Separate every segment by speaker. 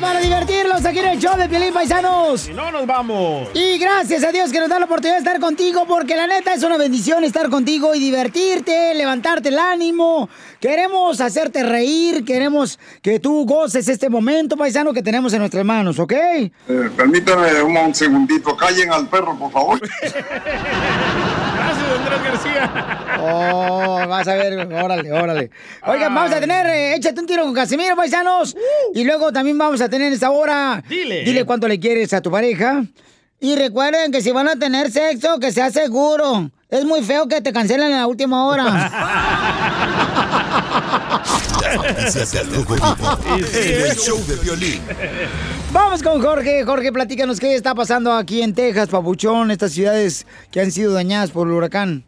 Speaker 1: Para divertirlos aquí en el show de Pielín Paisanos.
Speaker 2: Y no nos vamos.
Speaker 1: Y gracias a Dios que nos da la oportunidad de estar contigo, porque la neta es una bendición estar contigo y divertirte, levantarte el ánimo. Queremos hacerte reír, queremos que tú goces este momento, paisano, que tenemos en nuestras manos, ¿ok?
Speaker 3: Eh, permítame un, un segundito, callen al perro, por favor.
Speaker 2: Gracias, Andrés García.
Speaker 1: Oh, vas a ver, órale, órale. Oigan, vamos a tener, eh, échate un tiro con Casimiro, paisanos. Y luego también vamos a tener esta hora.
Speaker 2: Dile.
Speaker 1: Dile cuánto le quieres a tu pareja. Y recuerden que si van a tener sexo, que sea seguro. Es muy feo que te cancelen en la última hora.
Speaker 4: Las noticias de rojo vivo en el show de Piolín.
Speaker 1: vamos con Jorge. Jorge, platícanos qué está pasando aquí en Texas, Papuchón, estas ciudades que han sido dañadas por el huracán.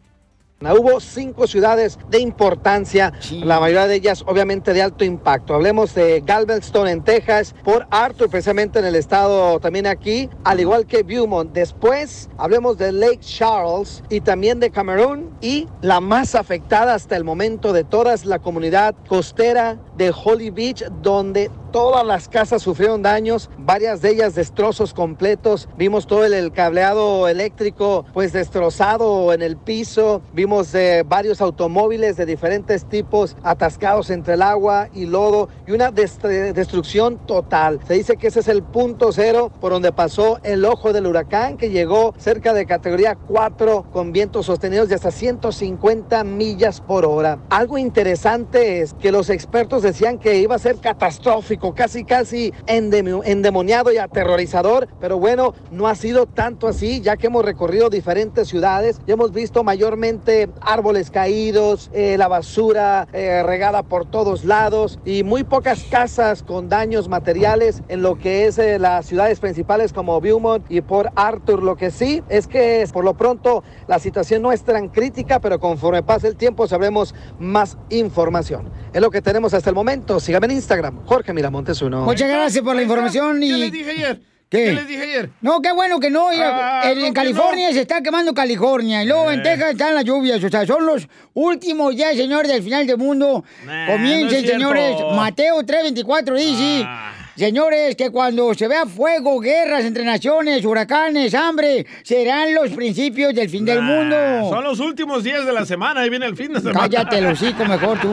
Speaker 5: Hubo cinco ciudades de importancia, la mayoría de ellas obviamente de alto impacto. Hablemos de Galveston en Texas, por Arthur precisamente en el estado también aquí, al igual que Beaumont. Después hablemos de Lake Charles y también de Cameroon y la más afectada hasta el momento de todas, la comunidad costera de Holly Beach, donde Todas las casas sufrieron daños, varias de ellas destrozos completos. Vimos todo el, el cableado eléctrico pues destrozado en el piso. Vimos eh, varios automóviles de diferentes tipos atascados entre el agua y lodo y una dest- eh, destrucción total. Se dice que ese es el punto cero por donde pasó el ojo del huracán que llegó cerca de categoría 4 con vientos sostenidos de hasta 150 millas por hora. Algo interesante es que los expertos decían que iba a ser catastrófico, casi casi endemi- endemoniado y aterrorizador, pero bueno, no ha sido tanto así, ya que hemos recorrido diferentes ciudades y hemos visto mayormente árboles caídos, eh, la basura eh, regada por todos lados y muy pocas casas con daños materiales en lo que es eh, las ciudades principales como Beaumont y por Arthur. Lo que sí es que por lo pronto la situación no es tan crítica, pero conforme pase el tiempo sabremos más información. Es lo que tenemos hasta el momento. Sígame en Instagram, Jorge Miramontes uno.
Speaker 1: Muchas gracias por la información
Speaker 2: ¿Qué
Speaker 1: y...
Speaker 2: les dije ayer?
Speaker 1: ¿Qué?
Speaker 2: les dije ayer?
Speaker 1: No, qué bueno que no. mira,
Speaker 2: Ah,
Speaker 1: en,
Speaker 2: no,
Speaker 1: en
Speaker 2: que
Speaker 1: California se está quemando California. Y luego en
Speaker 2: Eh.
Speaker 1: Texas están las lluvias. O sea, son los últimos ya, señores, del final del mundo.
Speaker 2: Nah, no
Speaker 1: Comiencen,
Speaker 2: es cierto.
Speaker 1: señores. Mateo 3.24 dice...
Speaker 2: Ah.
Speaker 1: Señores, que cuando se vea fuego, guerras entre naciones, huracanes, hambre, serán los principios del fin del
Speaker 2: Ah,
Speaker 1: mundo.
Speaker 2: Son los últimos días de la semana, ahí viene el fin de semana.
Speaker 1: Cállate el hocico mejor tú.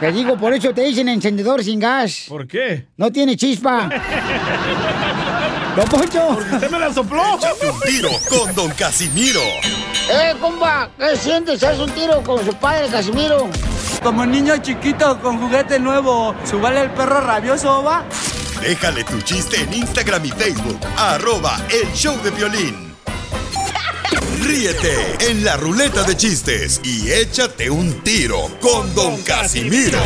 Speaker 1: Te digo, por eso te dicen encendedor sin gas.
Speaker 2: ¿Por qué?
Speaker 1: No tiene chispa. Don Poncho.
Speaker 2: ¡Usted me la sopló!
Speaker 4: Échate un tiro con don Casimiro.
Speaker 1: ¡Eh, compa! ¿Qué sientes? ¿Haz un tiro con su padre, Casimiro?
Speaker 6: Como niño chiquito con juguete nuevo, subale el perro rabioso, va.
Speaker 4: Déjale tu chiste en Instagram y Facebook, arroba el show de Piolín. Ríete en la ruleta de chistes y échate un tiro con don Casimiro.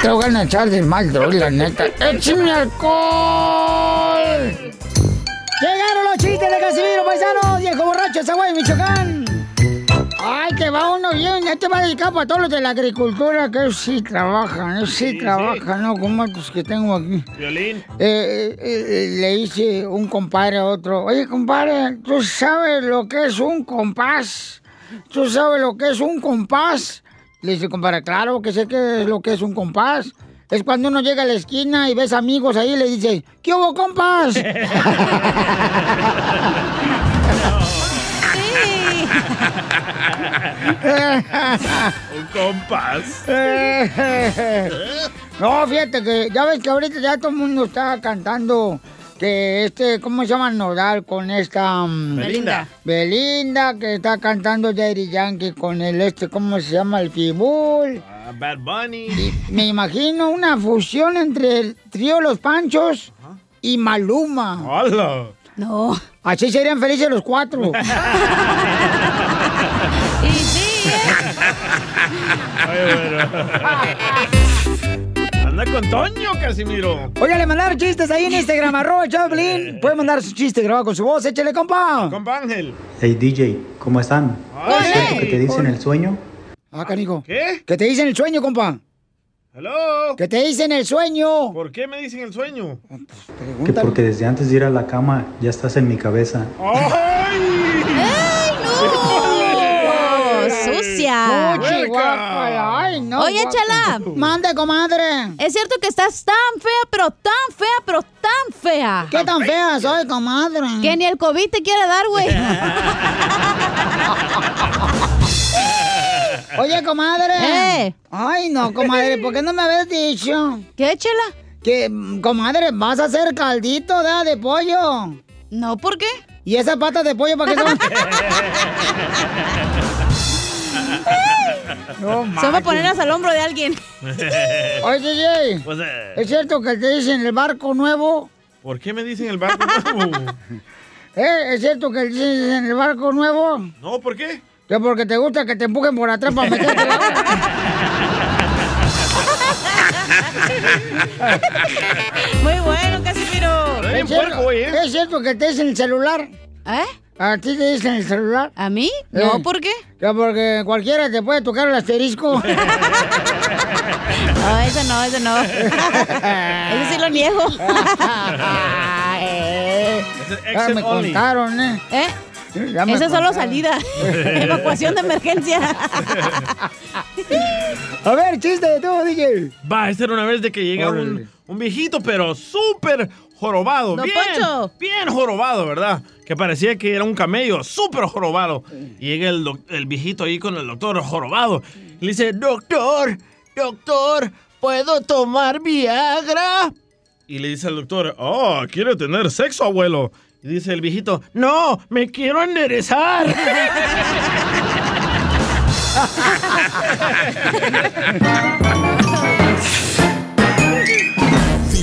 Speaker 1: Te voy a echar de mal, la neta. ¡Échame alcohol! ¡Llegaron los chistes de Casimiro, paisanos! ¡Viejo borracho, esa güey, Michoacán! Ay, que va uno bien. Este va dedicado para todos los de la agricultura que ellos sí trabajan, ellos sí,
Speaker 2: Sí, sí.
Speaker 1: trabajan, no como estos que tengo aquí.
Speaker 2: Violín.
Speaker 1: Eh, eh, eh, le hice un compadre a otro. Oye, compadre, ¿tú sabes lo que es un compás? ¿Tú sabes lo que es un compás? Le dice, compadre, claro que sé que es lo que es un compás. Es cuando uno llega a la esquina y ves amigos ahí y le dices, ¿qué hubo, compás?
Speaker 2: Un compás.
Speaker 1: No, fíjate que ya ves que ahorita ya todo el mundo está cantando que este, ¿cómo se llama Nodal con esta? mm,
Speaker 7: Belinda.
Speaker 1: Belinda, que está cantando Daddy Yankee con el este, ¿cómo se llama? El Fibul.
Speaker 2: Ah, Bad Bunny.
Speaker 1: Me imagino una fusión entre el trío Los Panchos y Maluma.
Speaker 2: ¡Hola!
Speaker 1: No. Así serían felices los cuatro.
Speaker 7: Y sí,
Speaker 2: Anda con Toño, Casimiro.
Speaker 1: Oiga, le mandaron chistes ahí en Instagram, arroba el Choplin. Puede mandar su chiste grabado con su voz, échale, compa.
Speaker 2: Compa Ángel.
Speaker 8: Hey DJ, ¿cómo están?
Speaker 2: ¡Ay!
Speaker 8: ¿Es cierto que te dicen el sueño?
Speaker 1: Ah, canijo. ¿Qué? Que te dicen el sueño, compa.
Speaker 2: Hello.
Speaker 1: Que te dicen el sueño.
Speaker 2: ¿Por qué me dicen el sueño?
Speaker 8: Que porque desde antes de ir a la cama ya estás en mi cabeza.
Speaker 2: ¡Ay!
Speaker 9: ¡Ay, no! ¡Sucia!
Speaker 1: Uchi, guácala. Ay, no,
Speaker 9: Oye,
Speaker 1: guácala.
Speaker 9: Chala.
Speaker 1: Mande, comadre.
Speaker 9: Es cierto que estás tan fea, pero tan fea, pero tan fea.
Speaker 1: ¿Qué tan fea soy, comadre?
Speaker 9: Que ni el COVID te quiere dar, güey.
Speaker 1: Oye, comadre.
Speaker 9: Eh.
Speaker 1: Ay, no, comadre, ¿por qué no me habías dicho?
Speaker 9: ¿Qué, Chela?
Speaker 1: Que, mm, comadre, vas a hacer caldito ¿verdad? de pollo.
Speaker 9: No, ¿por qué?
Speaker 1: ¿Y esas patas de pollo para qué son? no,
Speaker 9: Se van a ponerlas al hombro de alguien.
Speaker 1: Oye, DJ.
Speaker 2: Pues, eh,
Speaker 1: ¿Es cierto que te dicen el barco nuevo?
Speaker 2: ¿Por qué me dicen el Uh. barco nuevo?
Speaker 1: ¿Eh? ¿Es cierto que te dicen el barco nuevo?
Speaker 2: No, ¿por qué?
Speaker 1: Que porque te gusta que te empujen por atrás para meterte la
Speaker 9: Muy bueno, Casimiro.
Speaker 2: Está bien
Speaker 1: ¿Es cierto-
Speaker 2: puerco, güey, ¿eh?
Speaker 1: ¿Es cierto que te dicen el celular?
Speaker 9: ¿Eh?
Speaker 1: ¿A ti te dicen el celular?
Speaker 9: ¿A mí?
Speaker 1: Eh.
Speaker 9: No, ¿por qué?
Speaker 1: Que porque cualquiera te puede tocar el asterisco.
Speaker 9: No, ese no, ese no. Ese sí lo niego.
Speaker 1: Eh, ya
Speaker 2: exit
Speaker 1: me
Speaker 2: only.
Speaker 1: contaron, ¿eh?
Speaker 9: ¿Eh?
Speaker 1: Ya me
Speaker 9: Esa es solo
Speaker 1: contaron.
Speaker 9: salida. Evacuación de emergencia.
Speaker 1: A ver, chiste de todo, DJ.
Speaker 2: Va, esta era una vez de que llega
Speaker 1: Órale.
Speaker 2: un, un viejito, pero súper jorobado.
Speaker 9: Don
Speaker 2: bien,
Speaker 9: Poncho.
Speaker 2: bien jorobado, ¿verdad? Que parecía que era un camello, súper jorobado. Y llega el, doc- el viejito ahí con el doctor jorobado. Y le dice, doctor, doctor, ¿puedo tomar Viagra? Y le dice al doctor, oh, quiero tener sexo, abuelo. Y dice el viejito, no, me quiero enderezar.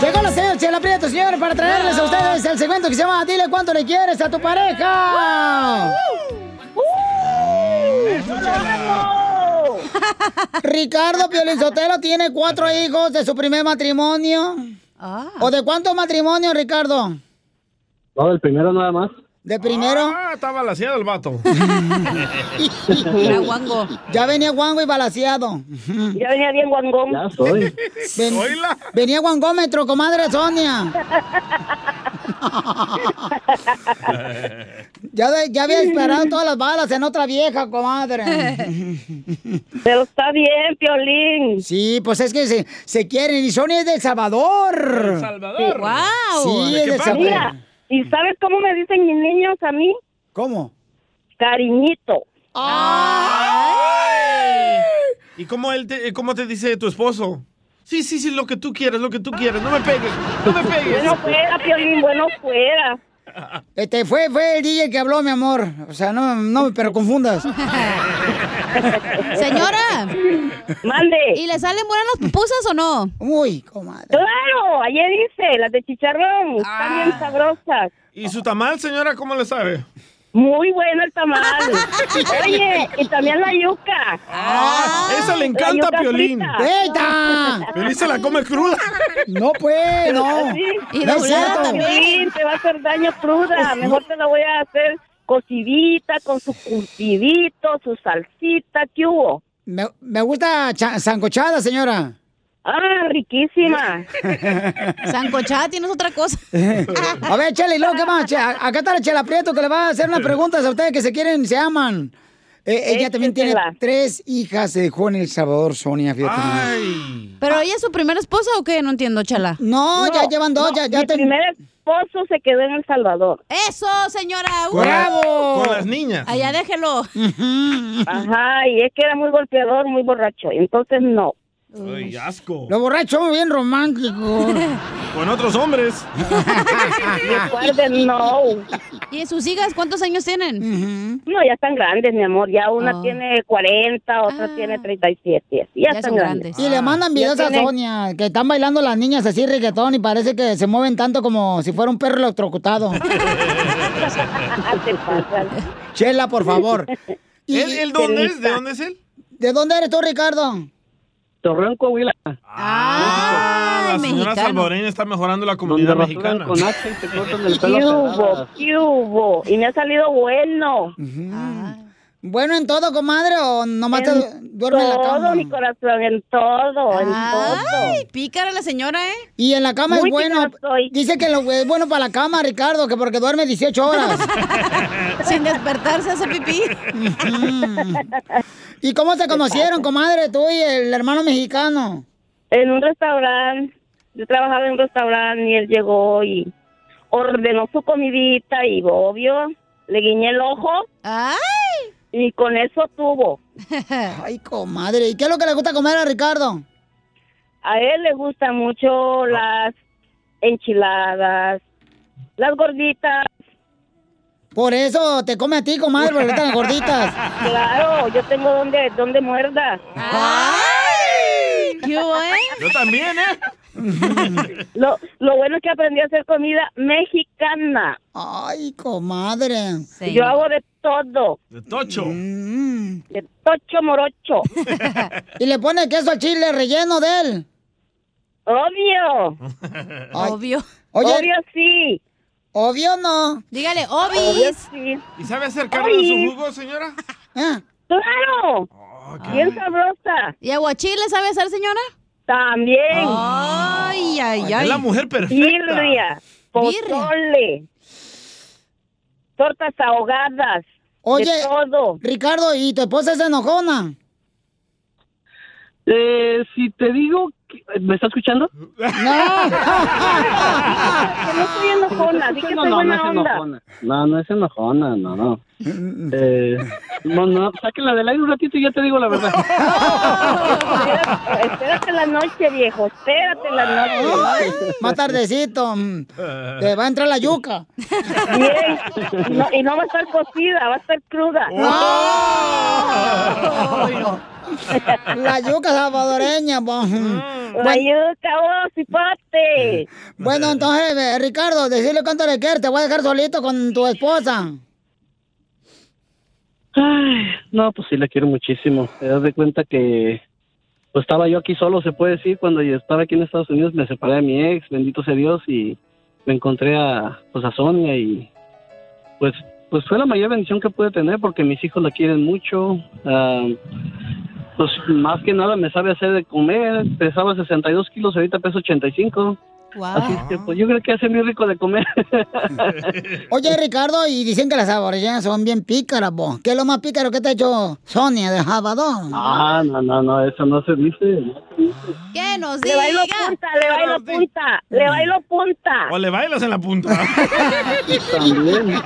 Speaker 1: Llegó la señora Chela Prieto, señores, para traerles a ustedes el segmento que se llama Dile cuánto le quieres a tu pareja. Ricardo Piolizotelo tiene cuatro hijos de su primer matrimonio. ¿O de cuántos matrimonios, Ricardo?
Speaker 10: No, el primero nada más.
Speaker 1: De primero.
Speaker 2: Ah, está balaseado el vato.
Speaker 9: Era guango.
Speaker 1: Ya venía guango y balaseado.
Speaker 11: Ya venía bien guangón.
Speaker 10: Ya soy.
Speaker 1: Ven- venía guangómetro, comadre Sonia. Ya, ve- ya había disparado todas las balas en otra vieja, comadre.
Speaker 11: Pero está bien, Piolín.
Speaker 1: Sí, pues es que se, se quieren. Y Sonia es de El Salvador.
Speaker 2: El Salvador.
Speaker 1: Sí,
Speaker 2: ¿De
Speaker 1: es
Speaker 2: qué
Speaker 1: de El
Speaker 2: parte?
Speaker 1: Salvador.
Speaker 11: Mira, ¿y sabes cómo me dicen mis niños a mí?
Speaker 1: ¿Cómo?
Speaker 11: Cariñito.
Speaker 2: ¿Y cómo, él te, cómo te dice tu esposo? Sí,
Speaker 1: pues,
Speaker 2: sí, sí, lo que tú quieres, lo que tú quieres. No me pegues, no me pegues.
Speaker 11: Bueno fuera, Piolín, bueno fuera.
Speaker 1: Este, fue, fue el DJ que habló, mi amor. O sea, no, no, pero confundas.
Speaker 9: Señora.
Speaker 12: Mande.
Speaker 9: ¿Y le salen buenas las pupusas o no?
Speaker 1: Uy, comadre.
Speaker 12: Claro, ayer hice las de chicharrón. Están bien
Speaker 9: Ah.
Speaker 12: sabrosas.
Speaker 2: ¿Y su tamal, señora, cómo le sabe?
Speaker 12: Muy bueno el tamal. Oye, y también la yuca.
Speaker 2: Ah, esa le encanta a Piolín.
Speaker 1: ¡Eta!
Speaker 2: Piolín se la come cruda.
Speaker 1: No, pues, no.
Speaker 12: Y
Speaker 1: No
Speaker 12: la
Speaker 1: es cierto.
Speaker 12: también. Te va a hacer daño cruda. Mejor te la voy a hacer cocidita, con su curtidito, su salsita. ¿Qué hubo?
Speaker 1: Me, me gusta cha- sancochada, señora.
Speaker 12: Ah, riquísima.
Speaker 9: Sancochada, tienes otra cosa.
Speaker 1: a ver, Chela, y luego, ¿qué más? Che- a- acá está la Chela Prieto que le va a hacer unas preguntas a ustedes que se quieren, se aman. Eh,
Speaker 12: Este,
Speaker 1: ella también tiene tres hijas, se dejó en El Salvador, Sonia, fíjate.
Speaker 12: Ah.
Speaker 1: nomás.
Speaker 9: ¿Pero ella es su primera esposa o qué? No entiendo, chala.
Speaker 1: No, ya llevan dos, ya- ya
Speaker 12: Mi primer esposo se quedó en El Salvador.
Speaker 9: ¡Eso, señora!
Speaker 12: Con la-
Speaker 9: ¡Bravo!
Speaker 12: con las niñas.
Speaker 9: Allá déjelo.
Speaker 12: Ajá, y es que era muy golpeador, muy borracho. Entonces, no.
Speaker 2: Ay, asco.
Speaker 1: Los borrachos son bien románticos.
Speaker 2: Con otros hombres.
Speaker 12: Recuerden, no.
Speaker 9: ¿Y sus hijas cuántos años tienen?
Speaker 12: No, ya están grandes, mi amor. Ya una
Speaker 9: Oh.
Speaker 12: tiene 40, otra tiene 37. Así, Ah. ya, están grandes. Ah.
Speaker 1: Y
Speaker 9: Ah.
Speaker 1: le mandan
Speaker 12: Ya
Speaker 1: videos a
Speaker 12: tienen-
Speaker 1: Sonia, que están bailando las niñas así reggaetón y parece que se mueven tanto como si fuera un perro electrocutado. Chela, por favor.
Speaker 2: ¿Él- él dónde es? ¿De dónde es él?
Speaker 1: ¿De dónde eres tú, Ricardo?
Speaker 13: Torreón, Coahuila.
Speaker 2: Ah, la señora
Speaker 1: mexicano.
Speaker 2: salvadoreña está mejorando la comunidad
Speaker 13: rasuran
Speaker 2: mexicana.
Speaker 13: con hacha y te cortan el
Speaker 12: ¿Qué
Speaker 13: pelo a pedradas.
Speaker 12: hubo? ¿Qué hubo? Y me ha salido bueno.
Speaker 1: ¿Bueno en todo, comadre, o nomás te du- duerme en la
Speaker 12: todo,
Speaker 1: cama?
Speaker 12: mi corazón, en todo, en
Speaker 2: Ah.
Speaker 12: todo.
Speaker 9: Ay, pícara la señora, ¿eh?
Speaker 1: Y en la cama
Speaker 9: Muy
Speaker 1: es bueno. Dice que lo- es bueno para la cama, Ricardo, que porque duerme 18 horas.
Speaker 9: Sin despertarse hace pipí.
Speaker 1: Mm. ¿Y cómo se conocieron, comadre, tú y el hermano mexicano?
Speaker 12: En un restaurante. Yo trabajaba en un restaurante y él llegó y ordenó su comidita y obvio, le guiñé el ojo.
Speaker 9: ¡Ay!
Speaker 12: Y con eso tuvo.
Speaker 1: Ay, comadre. ¿Y qué es lo que le gusta comer a Ricardo?
Speaker 12: A él le gustan mucho las enchiladas, las gorditas.
Speaker 1: Por eso te come a ti, comadre, porque están gorditas.
Speaker 12: Claro, yo tengo donde, donde muerda.
Speaker 9: ¡Qué bueno!
Speaker 2: Yo también, ¿eh?
Speaker 12: Lo, lo bueno es que aprendí a hacer comida mexicana.
Speaker 1: Ay, comadre.
Speaker 12: Yo hago de todo.
Speaker 2: De tocho.
Speaker 13: Mm.
Speaker 12: De tocho morocho.
Speaker 1: ¿Y le pone queso al chile relleno de él?
Speaker 12: Obvio.
Speaker 1: Ay.
Speaker 9: Obvio.
Speaker 1: Oye.
Speaker 12: Obvio sí.
Speaker 1: Obvio no.
Speaker 9: Dígale,
Speaker 12: Obvio
Speaker 9: obis.
Speaker 12: sí.
Speaker 2: ¿Y sabe hacer carne en
Speaker 9: Ay.
Speaker 2: su jugo, señora?
Speaker 12: ¡Claro! Bien sabrosa.
Speaker 9: ¿Y aguachile sabe hacer, señora?
Speaker 12: También.
Speaker 9: Ay, ay, ay.
Speaker 2: Es la mujer perfecta.
Speaker 12: Birria, pozole, tortas ahogadas.
Speaker 1: Oye,
Speaker 12: de todo.
Speaker 1: Ricardo, ¿y tu esposa es enojona?
Speaker 13: Eh, si te digo, que- ¿me está escuchando?
Speaker 12: no estoy enojona, di que soy
Speaker 13: no, no
Speaker 12: buena
Speaker 13: es
Speaker 12: onda.
Speaker 13: enojona. No, no es enojona, no, no. Eh, no, no, sáquenla del aire un ratito y ya te digo la verdad.
Speaker 12: Espérate, espérate la noche, viejo, espérate la
Speaker 1: Ay,
Speaker 12: noche.
Speaker 1: más tardecito. mm, Te va a entrar la yuca.
Speaker 12: Bien, no, y no va a estar cocida, va a estar cruda.
Speaker 1: ¡Ah! La yuca salvadoreña. bo.
Speaker 12: Mm. La yuca, oh, vos, cipote.
Speaker 1: Eh, Bueno, entonces, eh, Ricardo, decirle cuánto le quieres. Te voy a dejar solito con tu esposa.
Speaker 13: Ay, no, pues sí, la quiero muchísimo. Te das de cuenta que pues estaba yo aquí solo, se puede decir, cuando yo estaba aquí en Estados Unidos me separé de mi ex, bendito sea Dios, y me encontré a, pues a Sonia y pues pues fue la mayor bendición que pude tener porque mis hijos la quieren mucho. ah, pues más que nada me sabe hacer de comer, pesaba 62 kilos, ahorita peso 85. Así es que pues yo creo que hace muy rico de comer.
Speaker 1: Oye, Ricardo, y dicen que las salvadoreñas son bien pícaras, vos. ¿Qué es lo más pícaro que te ha hecho Sonia de Salvador?
Speaker 13: Ah, no, no, no, eso no se dice.
Speaker 9: ¿Qué nos
Speaker 12: Le
Speaker 9: diga?
Speaker 12: bailo punta, le bailo punta, le bailo punta.
Speaker 2: O le bailas en la punta.
Speaker 13: También.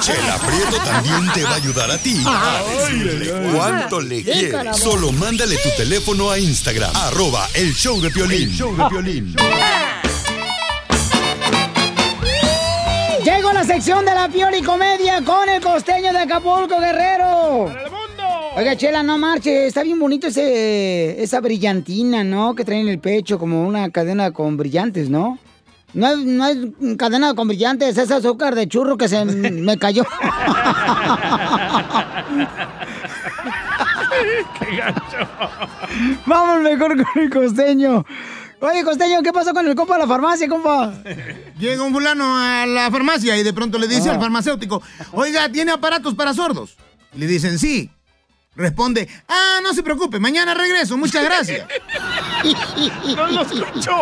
Speaker 4: Chela Prieto también te va a ayudar a ti a decirle cuánto le
Speaker 11: Dígalo.
Speaker 4: quieres. Solo mándale tu teléfono a Instagram, arroba el show de Piolín.
Speaker 1: sección de la Pioli Comedia con el costeño de Acapulco, Guerrero. Oiga, Chela, no marche. Está bien bonito ese, esa brillantina, ¿no? Que trae en el pecho, como una cadena con brillantes, ¿no? No es, no es cadena con brillantes, es azúcar de churro que se me cayó.
Speaker 11: ¡Qué
Speaker 1: Vamos mejor con el costeño. Oye, costeño, ¿qué pasó con el compa de la farmacia, compa?
Speaker 6: Llega un fulano a la farmacia y de pronto le
Speaker 1: Ah.
Speaker 6: dice al farmacéutico, oiga, ¿tiene aparatos para sordos? Le dicen sí. Responde, ah, no se preocupe, mañana regreso, muchas gracias.
Speaker 11: ¡No los escuchó!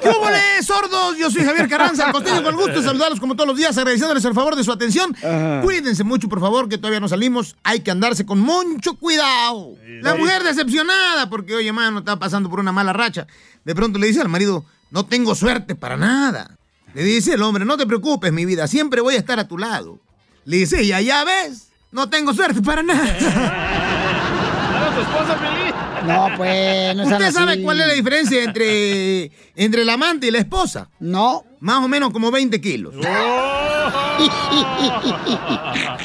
Speaker 6: ¿Qué hubo, sordos? Yo soy Javier Carranza, costeño con el gusto de saludarlos como todos los días, agradeciéndoles el favor de su atención.
Speaker 11: Ajá.
Speaker 6: Cuídense mucho, por favor, que todavía no salimos. Hay que andarse con mucho cuidado. La
Speaker 11: sí.
Speaker 6: mujer decepcionada, porque oye, mano, está pasando por una mala racha. De pronto le dice al marido, no tengo suerte para nada. Le dice el hombre, no te preocupes, mi vida, siempre voy a estar a tu lado. Le dice, y allá ves, no tengo suerte para nada.
Speaker 2: Claro, tu esposa feliz.
Speaker 1: No, pues, no sean
Speaker 6: ¿Usted sabe
Speaker 1: así.
Speaker 6: cuál es la diferencia entre, entre el amante y la esposa?
Speaker 1: No.
Speaker 6: Más o menos como 20 kilos.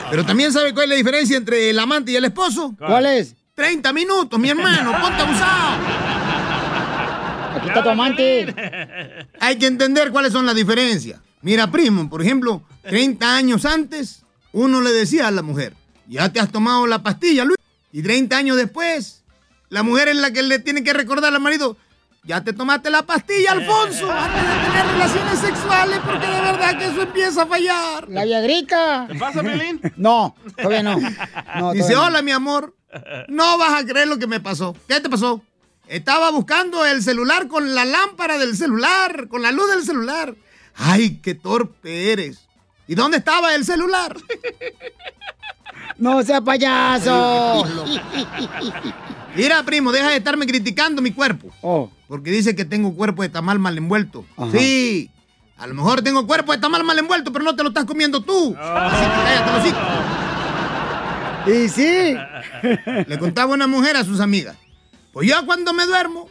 Speaker 6: Pero también sabe cuál es la diferencia entre el amante y el esposo.
Speaker 1: ¿Cuál es?
Speaker 6: 30 minutos, mi hermano, ponte abusado.
Speaker 1: Aquí está tu amante.
Speaker 6: Hay que entender cuáles son las diferencias. Mira, primo, por ejemplo, 30 años antes, uno le decía a la mujer, ya te has tomado la pastilla, Luis. Y 30 años después, la mujer es la que le tiene que recordar al marido, ya te tomaste la pastilla, Alfonso, antes de tener relaciones sexuales, porque de verdad que eso empieza a fallar.
Speaker 1: La viagrita.
Speaker 6: ¿Te pasa, Pelín?
Speaker 1: No, todavía no. No,
Speaker 6: Dice,
Speaker 1: todavía no.
Speaker 6: hola, mi amor, no vas a creer lo que me pasó. ¿Qué te pasó? Estaba buscando el celular con la lámpara del celular, con la luz del celular. Ay, qué torpe eres. ¿Y dónde estaba el celular?
Speaker 1: No sea payaso.
Speaker 6: Mira, primo, deja de estarme criticando mi cuerpo.
Speaker 1: Oh.
Speaker 6: Porque dice que tengo cuerpo de tamal mal envuelto. Sí, a lo mejor tengo cuerpo de tamal mal envuelto, pero no te lo estás comiendo tú. Así que cállate, los
Speaker 1: Y sí.
Speaker 6: Le contaba una mujer a sus amigas. Pues yo cuando me duermo,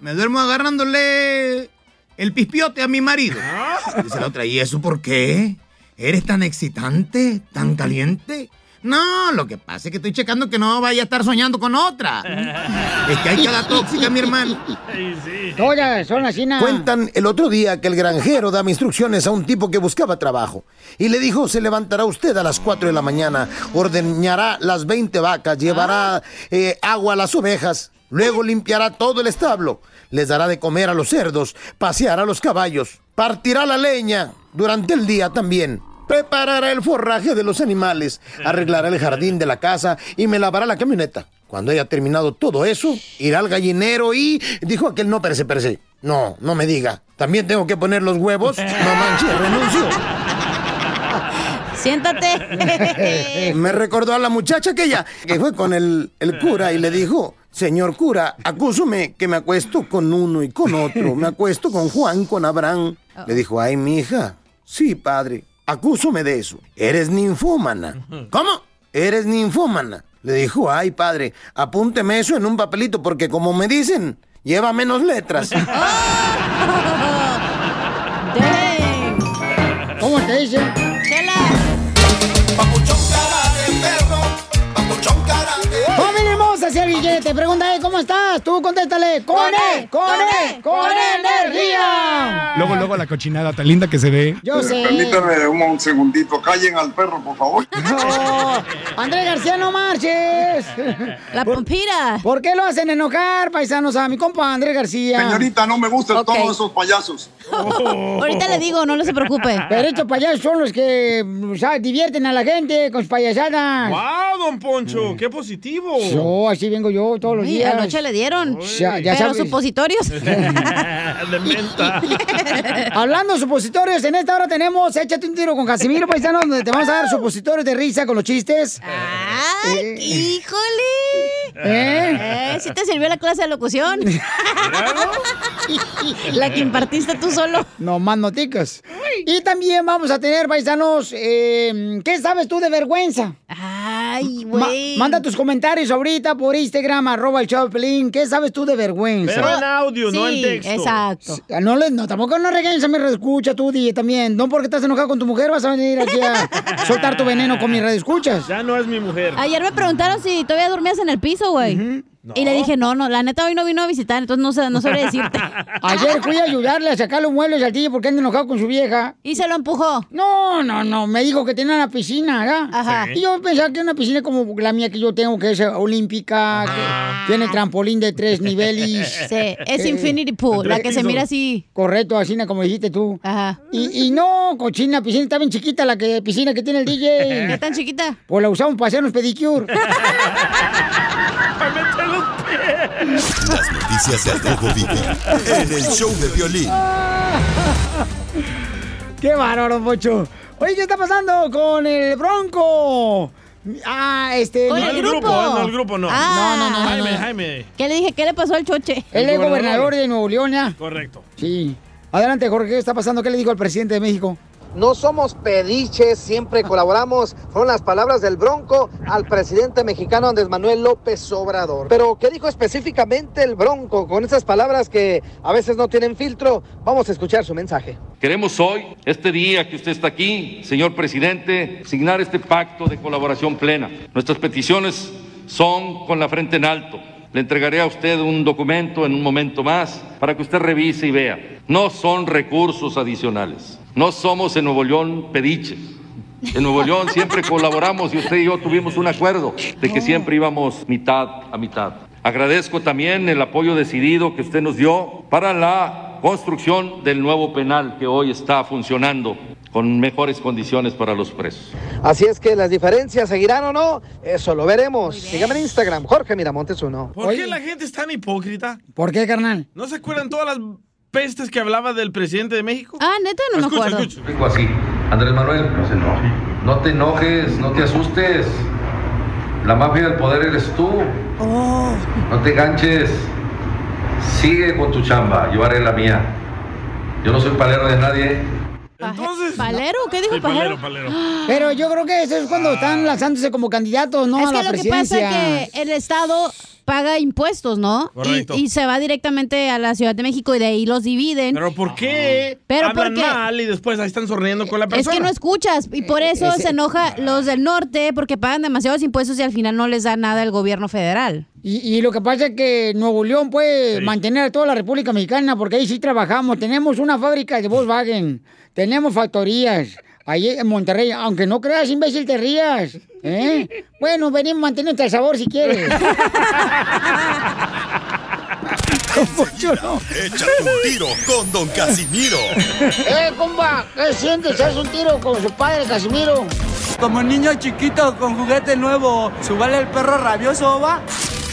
Speaker 6: me duermo agarrándole el pispiote a mi marido. Dice la otra, ¿y eso por qué? ¿Eres tan excitante, tan caliente? No, lo que pasa es que estoy checando que no vaya a estar soñando con otra. Es que hay cada tóxica, mi hermano.
Speaker 1: Todas son así, nada.
Speaker 14: Cuentan el otro día que el granjero daba instrucciones a un tipo que buscaba trabajo y le dijo, se levantará usted a las 4 de la mañana, ordeñará las 20 vacas,
Speaker 1: Ah.
Speaker 14: llevará eh, agua a las ovejas, luego limpiará todo el establo, les dará de comer a los cerdos, paseará a los caballos, partirá la leña durante el día también. Preparará el forraje de los animales, arreglará el jardín de la casa y me lavará la camioneta. Cuando haya terminado todo eso, irá al gallinero y dijo aquel, no, perece, perece. No, no me diga. También tengo que poner los huevos. No manches, renuncio.
Speaker 9: Siéntate.
Speaker 14: Eh, Me recordó a la muchacha aquella que fue con el, el cura y le dijo, señor cura, acúsome que me acuesto con uno y con otro, me acuesto con Juan, con Abraham. Le dijo, ay, mi hija, sí, padre, acúsome de eso. Eres ninfómana. ¿Cómo? Eres ninfómana. Le dijo, ay, padre, apúnteme eso en un papelito porque como me dicen, lleva menos letras.
Speaker 1: ¿Cómo te dicen? ¡Familia hermosa, si alguien quiere te pregunta, "Eh, ¿cómo estás? Tú contéstale, ¡con E, con E, con energía!
Speaker 15: Luego, luego la cochinada tan linda que se ve.
Speaker 1: Yo sé.
Speaker 3: Eh, Permítame un, un segundito, callen al perro, por favor.
Speaker 1: No, Oh, Andrés García, no marches. La pompira. ¿Por qué lo hacen enojar, paisanos, a mi compa Andrés García?
Speaker 3: Señorita, no me gustan todos esos payasos.
Speaker 9: Ahorita le digo, no le se preocupe.
Speaker 1: Pero estos payasos son los que o sea, divierten a la gente con sus payasadas.
Speaker 2: ¡Wow, don Poncho! ¡Qué positivo!
Speaker 1: Yo, así vengo yo todos los
Speaker 9: Oh. Uy,
Speaker 1: días.
Speaker 9: anoche le dieron.
Speaker 1: Ya, ya
Speaker 9: pero
Speaker 1: sabes.
Speaker 9: supositorios.
Speaker 2: De menta.
Speaker 1: Hablando de supositorios, en esta hora tenemos Échate un tiro con Casimiro Paisano, donde te vamos a dar supositorios de risa con los chistes.
Speaker 9: ¡Ay, híjole!
Speaker 1: ¿Eh?
Speaker 9: Eh, ¿Sí te sirvió la clase de locución? la que impartiste tú solo.
Speaker 1: No más noticas. Y también vamos a tener, paisanos, eh, ¿qué sabes tú de vergüenza? Ay, güey. manda tus comentarios ahorita por Instagram, arroba el show de Pelín. ¿Qué sabes tú de vergüenza?
Speaker 2: Pero en audio, no en texto.
Speaker 1: exacto. No, le- no, tampoco no regañes a mi escucha tú, DJ, también. No porque estás enojado con tu mujer vas a venir aquí a soltar tu veneno con mi radio escuchas.
Speaker 2: Ya Ah, no es mi mujer.
Speaker 9: Ayer me preguntaron si todavía dormías en el piso, güey. Y le dije, no, no, la neta hoy no vino a visitar, entonces no, sé, no sabré decirte.
Speaker 1: Ayer fui a ayudarle a sacar los muebles al tío porque anda enojado con su vieja.
Speaker 9: ¿Y se lo empujó?
Speaker 1: No, no, no. Me dijo que tenía una piscina, ¿verdad?
Speaker 9: Ajá.
Speaker 1: Y yo pensaba que una piscina como la mía que yo tengo, que es eh, olímpica, que tiene trampolín de tres niveles.
Speaker 9: Sí, es infinity pool, la que se mira así.
Speaker 1: Correcto, así como dijiste tú.
Speaker 9: Ajá.
Speaker 1: Y, y no, cochina, piscina está bien chiquita la que piscina que tiene el DJ.
Speaker 9: ¿Qué tan chiquita?
Speaker 1: Pues la usamos para hacernos pedicure.
Speaker 4: Las noticias del Rojo Vivo en el show de violín.
Speaker 1: ¡Qué bárbaro, Pocho! Oye, ¿qué está pasando con el Bronco? Ah, este...
Speaker 2: No el grupo, no el grupo, no.
Speaker 1: No, no, no, no,
Speaker 2: Jaime,
Speaker 1: no.
Speaker 2: Jaime.
Speaker 9: ¿Qué le dije? ¿Qué le pasó al choche?
Speaker 1: Él es gobernador de Nuevo León, ¿ya?
Speaker 2: Correcto.
Speaker 1: Sí. Adelante, Jorge, ¿qué está pasando? ¿Qué le dijo el presidente de México?
Speaker 5: No somos pediches, siempre colaboramos. Fueron las palabras del Bronco al presidente mexicano Andrés Manuel López Obrador. Pero, ¿qué dijo específicamente el Bronco con esas palabras que a veces no tienen filtro? Vamos a escuchar su mensaje.
Speaker 16: Queremos hoy, este día que usted está aquí, señor presidente, signar este pacto de colaboración plena. Nuestras peticiones son con la frente en alto. Le entregaré a usted un documento en un momento más para que usted revise y vea. No son recursos adicionales. No somos en Nuevo León pediches. En Nuevo León siempre colaboramos y usted y yo tuvimos un acuerdo de que siempre íbamos mitad a mitad. Agradezco también el apoyo decidido que usted nos dio para la construcción del nuevo penal que hoy está funcionando con mejores condiciones para los presos.
Speaker 5: Así es que las diferencias seguirán o no, eso lo veremos. Sígame en Instagram, Jorge Miramontes uno.
Speaker 2: ¿Por qué la gente es tan hipócrita?
Speaker 1: ¿Por qué, carnal?
Speaker 2: ¿No se acuerdan todas las pestes que hablaba del presidente de México?
Speaker 9: Ah, neta, no me
Speaker 2: Escucha,
Speaker 9: acuerdo.
Speaker 2: escucha.
Speaker 17: Dijo así, Andrés Manuel, no se enoje. No te enojes, no te asustes. La mafia del poder eres tú. No te ganches. Sigue con tu chamba, yo haré la mía. Yo no soy palero de nadie.
Speaker 9: Entonces, ¿Palero? ¿Qué dijo
Speaker 17: Sí,
Speaker 9: Palero?
Speaker 17: palero,
Speaker 1: Pero yo creo que eso es cuando están lanzándose como candidatos, ¿no?
Speaker 9: es
Speaker 1: a
Speaker 9: que
Speaker 1: la
Speaker 9: lo que
Speaker 1: presidencia.
Speaker 9: pasa es que el Estado paga impuestos, ¿no? Y-
Speaker 2: Correcto.
Speaker 9: Y, se va directamente a la Ciudad de México y de ahí los dividen.
Speaker 2: Pero ¿por qué
Speaker 9: Ah. Pero
Speaker 2: hablan
Speaker 9: ¿por qué?
Speaker 2: mal y después ahí están sonriendo con la
Speaker 9: Es
Speaker 2: persona?
Speaker 9: que no escuchas y
Speaker 1: Eh,
Speaker 9: por eso
Speaker 2: ese-
Speaker 9: se enoja los del norte porque pagan demasiados impuestos y al final no les da nada el gobierno federal.
Speaker 1: Y, y lo que pasa es que Nuevo León puede mantener a toda la República Mexicana porque ahí sí trabajamos. Tenemos una fábrica de Volkswagen, tenemos factorías ahí en Monterrey. Aunque no creas, imbécil, te rías. ¿eh? Bueno, venimos manteniendo el sabor si quieres.
Speaker 4: Échate un tiro con Don Casimiro.
Speaker 1: ¡Eh, compa! ¿Qué sientes? ¿Haz un tiro con su padre, Casimiro?
Speaker 18: Como niño chiquito con juguete nuevo, ¿subale el perro rabioso va?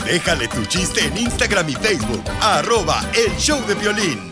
Speaker 4: Déjale tu chiste en Instagram y Facebook. Arroba el show de violín.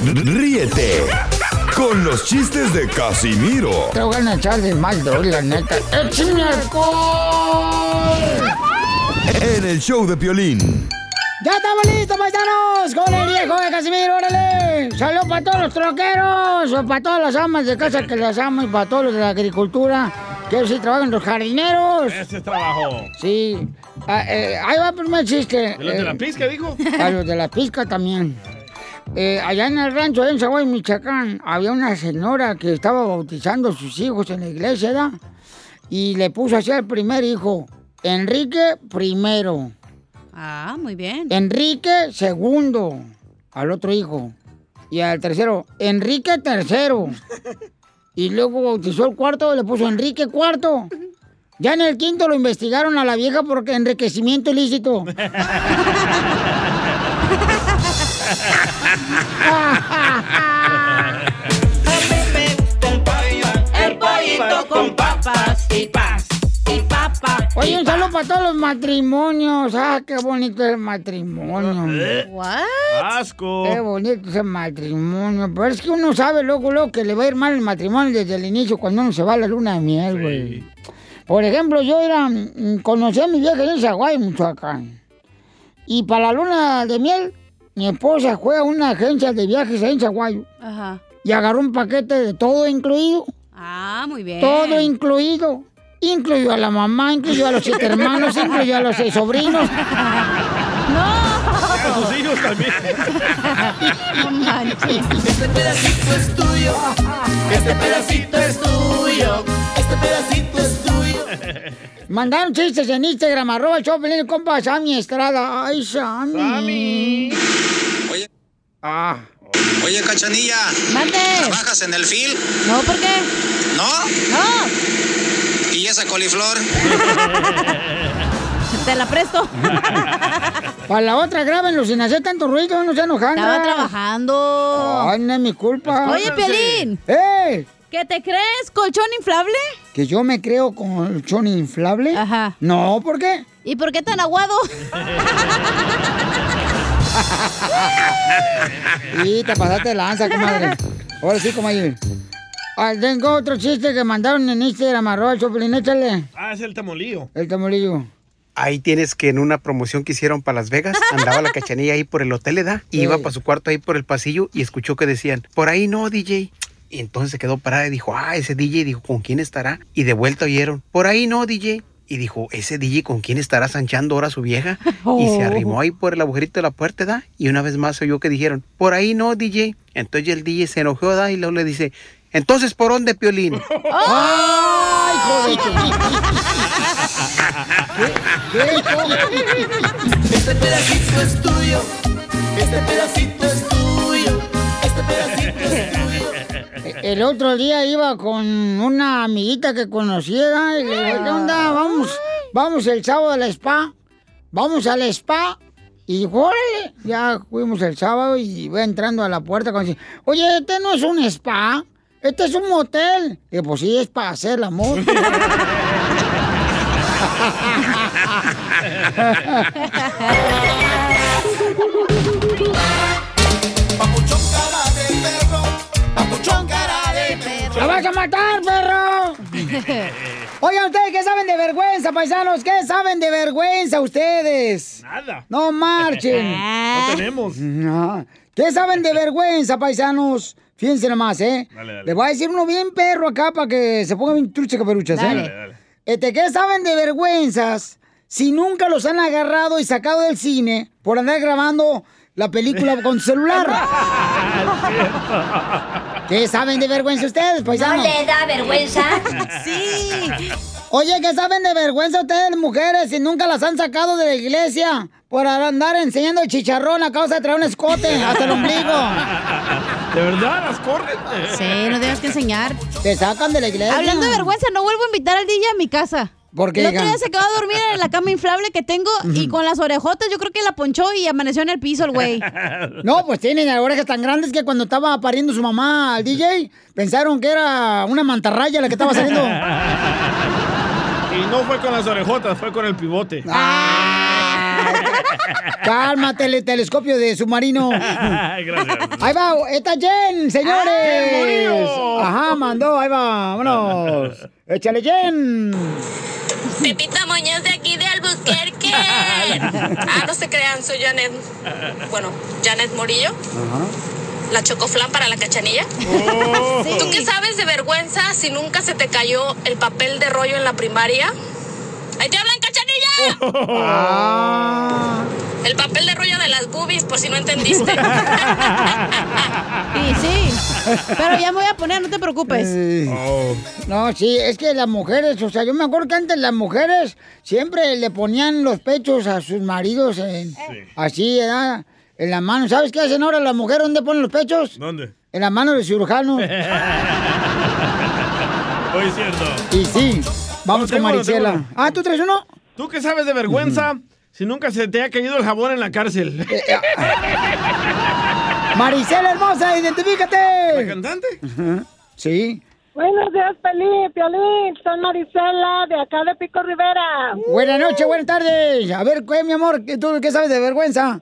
Speaker 4: Ríete con los chistes de Casimiro.
Speaker 1: Te voy a echar de mal, doy, la neta. ¡Échame alcohol!
Speaker 4: En el show de Piolín.
Speaker 19: ¡Ya estamos listos, paisanos! ¡Con el viejo de Casimiro, órale!
Speaker 1: Salud para todos los troqueros, o para todas las amas de casa que las amo y para todos los de la agricultura que sí trabajan los jardineros.
Speaker 2: Ese es trabajo.
Speaker 1: Sí. Ah, eh, ahí va el primer chiste.
Speaker 2: ¿De los de la pizca, dijo?
Speaker 1: A los de la pizca también. Eh, allá en el rancho, en Zaguay, Michoacán, había una señora que estaba bautizando a sus hijos en la iglesia, ¿verdad? Y le puso así al primer hijo, Enrique primero.
Speaker 9: Ah, muy bien.
Speaker 1: Enrique segundo al otro hijo. Y al tercero, Enrique tercero. Y luego bautizó el cuarto, le puso Enrique cuarto. Ya en el quinto lo investigaron a la vieja porque enriquecimiento ilícito.
Speaker 11: El pollito con papas y paz. Y papa.
Speaker 1: Oye, un saludo para todos los matrimonios. Ah, qué bonito es el matrimonio.
Speaker 11: ¿Eh?
Speaker 1: What?
Speaker 2: Asco.
Speaker 1: Qué bonito es el matrimonio. Pero es que uno sabe, loco, loco, que le va a ir mal el matrimonio desde el inicio cuando uno se va a la luna de miel, güey. Por ejemplo, yo era, mm, conocí a mi vieja en Zaguay, Michoacán. Y para la luna de miel, mi esposa fue a una agencia de viajes ahí en Zaguayo
Speaker 9: Ajá.
Speaker 1: y agarró un paquete de todo incluido.
Speaker 9: Ah, muy bien.
Speaker 1: Todo incluido. Incluyó a la mamá, incluyó a los siete hermanos, incluyó a los seis sobrinos.
Speaker 11: A sus hijos también. Este pedacito es tuyo. Este pedacito es tuyo. Este pedacito es tuyo.
Speaker 1: Mandaron chistes en Instagram, arroba el Choplin, compa Sammy Estrada. Ay, Sammy.
Speaker 20: Oye.
Speaker 1: Ah.
Speaker 20: Oye, cachanilla. ¿Trabajas en el fil?
Speaker 1: No, ¿por qué?
Speaker 20: ¿No? No. ¿Y esa coliflor?
Speaker 1: Te la presto. Para la otra, grábenlo sin hacer tanto ruido, no se enojando.
Speaker 9: Estaba trabajando.
Speaker 1: Ay, no es mi culpa.
Speaker 9: Oye, Piolín.
Speaker 1: ¡Eh!
Speaker 9: ¿Qué te crees? ¿Colchón inflable?
Speaker 1: ¿Que yo me creo colchón inflable? Ajá. No, ¿por qué?
Speaker 9: ¿Y por qué tan aguado?
Speaker 1: Y te pasaste de lanza, comadre. Ahora sí, comadre. Ah, tengo otro chiste que mandaron en Instagram, arroba el Choplin, échale.
Speaker 2: Ah, es el tamolío.
Speaker 1: El tamolillo.
Speaker 21: Ahí tienes que en una promoción que hicieron para Las Vegas, andaba la cachanilla ahí por el hotel, ¿edad? Y iba
Speaker 20: Sí.
Speaker 21: para su cuarto ahí por el pasillo y escuchó que decían, por ahí no, DJ. Y entonces se quedó parada y dijo, ah, ese DJ, dijo, ¿con quién estará? Y de vuelta oyeron, por ahí no, DJ. Y dijo, ese DJ, ¿con quién estará sanchando ahora su vieja? Y se
Speaker 20: Oh.
Speaker 21: arrimó ahí por el agujerito de la puerta, ¿da? Y una vez más oyó que dijeron, por ahí no, DJ. Entonces el DJ se enojó, ¿da? Y luego le dice, entonces, ¿por dónde, Piolín?
Speaker 1: ¡Ay,
Speaker 11: Este pedacito es tuyo. Este pedacito es tuyo. Este pedacito es tuyo.
Speaker 1: El otro día iba con una amiguita que conociera y le digo, ¿qué onda? Vamos, vamos el sábado al spa, vamos al spa. Y dijo, órale, ya fuimos el sábado y va entrando a la puerta con oye, este no es un spa, este es un motel. Y pues sí, es para hacer el amor.
Speaker 11: Papuchón cara de
Speaker 1: ¡La vas a matar, perro! Oigan, ¿ustedes qué saben de vergüenza, paisanos? ¿Qué saben de vergüenza ustedes?
Speaker 2: Nada.
Speaker 1: No marchen.
Speaker 2: No tenemos.
Speaker 1: No. ¿Qué saben de vergüenza, paisanos? Fíjense nomás, ¿eh?
Speaker 11: Dale, dale.
Speaker 1: Les voy a decir uno bien perro acá para que se pongan bien truchas caperuchas, ¿eh?
Speaker 11: Dale. Dale, dale.
Speaker 1: Este, ¿Qué saben de vergüenzas si nunca los han agarrado y sacado del cine por andar grabando la película con celular?
Speaker 2: Ah,
Speaker 1: ¿Qué saben de vergüenza ustedes, paisanos?
Speaker 11: ¿No le da vergüenza?
Speaker 1: sí. Oye, ¿qué saben de vergüenza ustedes, mujeres, si nunca las han sacado de la iglesia por andar enseñando el chicharrón a causa de traer un escote hasta el ombligo?
Speaker 2: ¿De verdad las corren?
Speaker 9: Eh,
Speaker 1: Sí, no tienes que enseñar. Te sacan de la iglesia.
Speaker 9: Hablando de vergüenza, no vuelvo a invitar al DJ a mi casa.
Speaker 1: ¿Por qué,
Speaker 9: El otro
Speaker 1: hija?
Speaker 9: día se quedó a dormir en la cama inflable que tengo y
Speaker 1: Ujú.
Speaker 9: con las orejotas yo creo que la ponchó y amaneció en el piso el güey.
Speaker 1: No, pues tienen orejas tan grandes que cuando estaba pariendo su mamá al DJ, pensaron que era una mantarraya la que estaba saliendo.
Speaker 2: Y no fue con las orejotas, fue con el pivote.
Speaker 1: Ah. Cálmate, el telescopio de submarino.
Speaker 2: Gracias.
Speaker 1: Ahí va, está Jen, señores. Ajá, mandó, ahá va, vámonos. Échale Jen.
Speaker 22: Pepita Moñez de aquí de Albuquerque. Ah, no se crean, soy Janet. Bueno, Janet Murillo. La chocoflan para la cachanilla.
Speaker 1: Oh.
Speaker 22: ¿Tú qué sabes de vergüenza si nunca se te cayó el papel de rollo en la primaria? ¡Ahí te hablan, cachanilla!
Speaker 1: Oh.
Speaker 22: El papel de rollo de las boobies, por si no entendiste.
Speaker 9: Sí, sí. Pero ya me voy a poner, no te preocupes.
Speaker 2: Oh.
Speaker 23: No, sí, es que las mujeres, o sea, yo me acuerdo que antes las mujeres siempre le ponían los pechos a sus maridos
Speaker 2: Eh.
Speaker 23: en- así, ¿verdad? en la mano. ¿Sabes qué hacen ahora las mujeres? ¿Dónde ponen los pechos?
Speaker 2: ¿Dónde?
Speaker 23: En la mano del cirujano.
Speaker 2: Hoy es cierto.
Speaker 23: y sí, vamos con
Speaker 2: tengo uno,
Speaker 23: Marisela.
Speaker 2: tengo uno.
Speaker 23: Ah, ¿tú traes uno?
Speaker 2: ¿Tú qué sabes de vergüenza si nunca se te ha caído el jabón en la cárcel?
Speaker 1: Eh, ah, Maricela hermosa, identifícate.
Speaker 2: ¿La cantante?
Speaker 23: Sí.
Speaker 12: Buenos días, Pelín, Piolín, soy Marisela, de acá de Pico Rivera.
Speaker 1: Buenas noches, buenas tardes. A ver, ¿qué, mi amor? ¿Qué- ¿Tú qué sabes de vergüenza?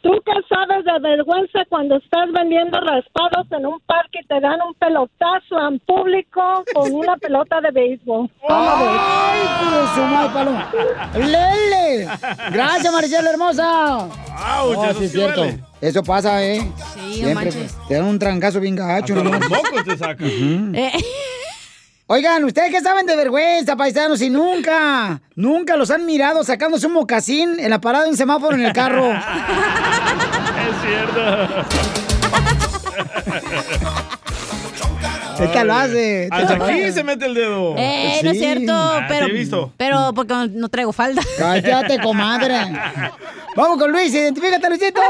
Speaker 12: ¿Tú qué sabes de vergüenza cuando estás vendiendo raspados en un parque y te dan un pelotazo en público con una pelota de béisbol?
Speaker 1: Ah. ¡Ay, pues, su madre, paloma! ¡Lele! Gracias, Maricela hermosa.
Speaker 23: Oh,
Speaker 1: No,
Speaker 23: sí, es cierto. Eso pasa, ¿eh? Sí,
Speaker 1: no manches.
Speaker 23: Te dan un trancazo bien gacho.
Speaker 1: Hasta
Speaker 23: ¿no?
Speaker 1: los
Speaker 2: mocos te sacan.
Speaker 1: Eh. Oigan, ¿ustedes qué saben de vergüenza, paisanos? Y nunca, nunca los han mirado sacándose un mocasín en la parada de un semáforo en el carro.
Speaker 2: Es cierto.
Speaker 1: Es que lo hace, es que
Speaker 2: Hasta
Speaker 1: lo
Speaker 2: aquí
Speaker 1: hace.
Speaker 2: se mete el dedo.
Speaker 9: Eh, no es cierto,
Speaker 2: Ah,
Speaker 9: pero.
Speaker 2: Te he visto.
Speaker 9: Pero porque no- no traigo falda.
Speaker 1: Cállate, comadre. Vamos con Luis, identifícate, Luisito.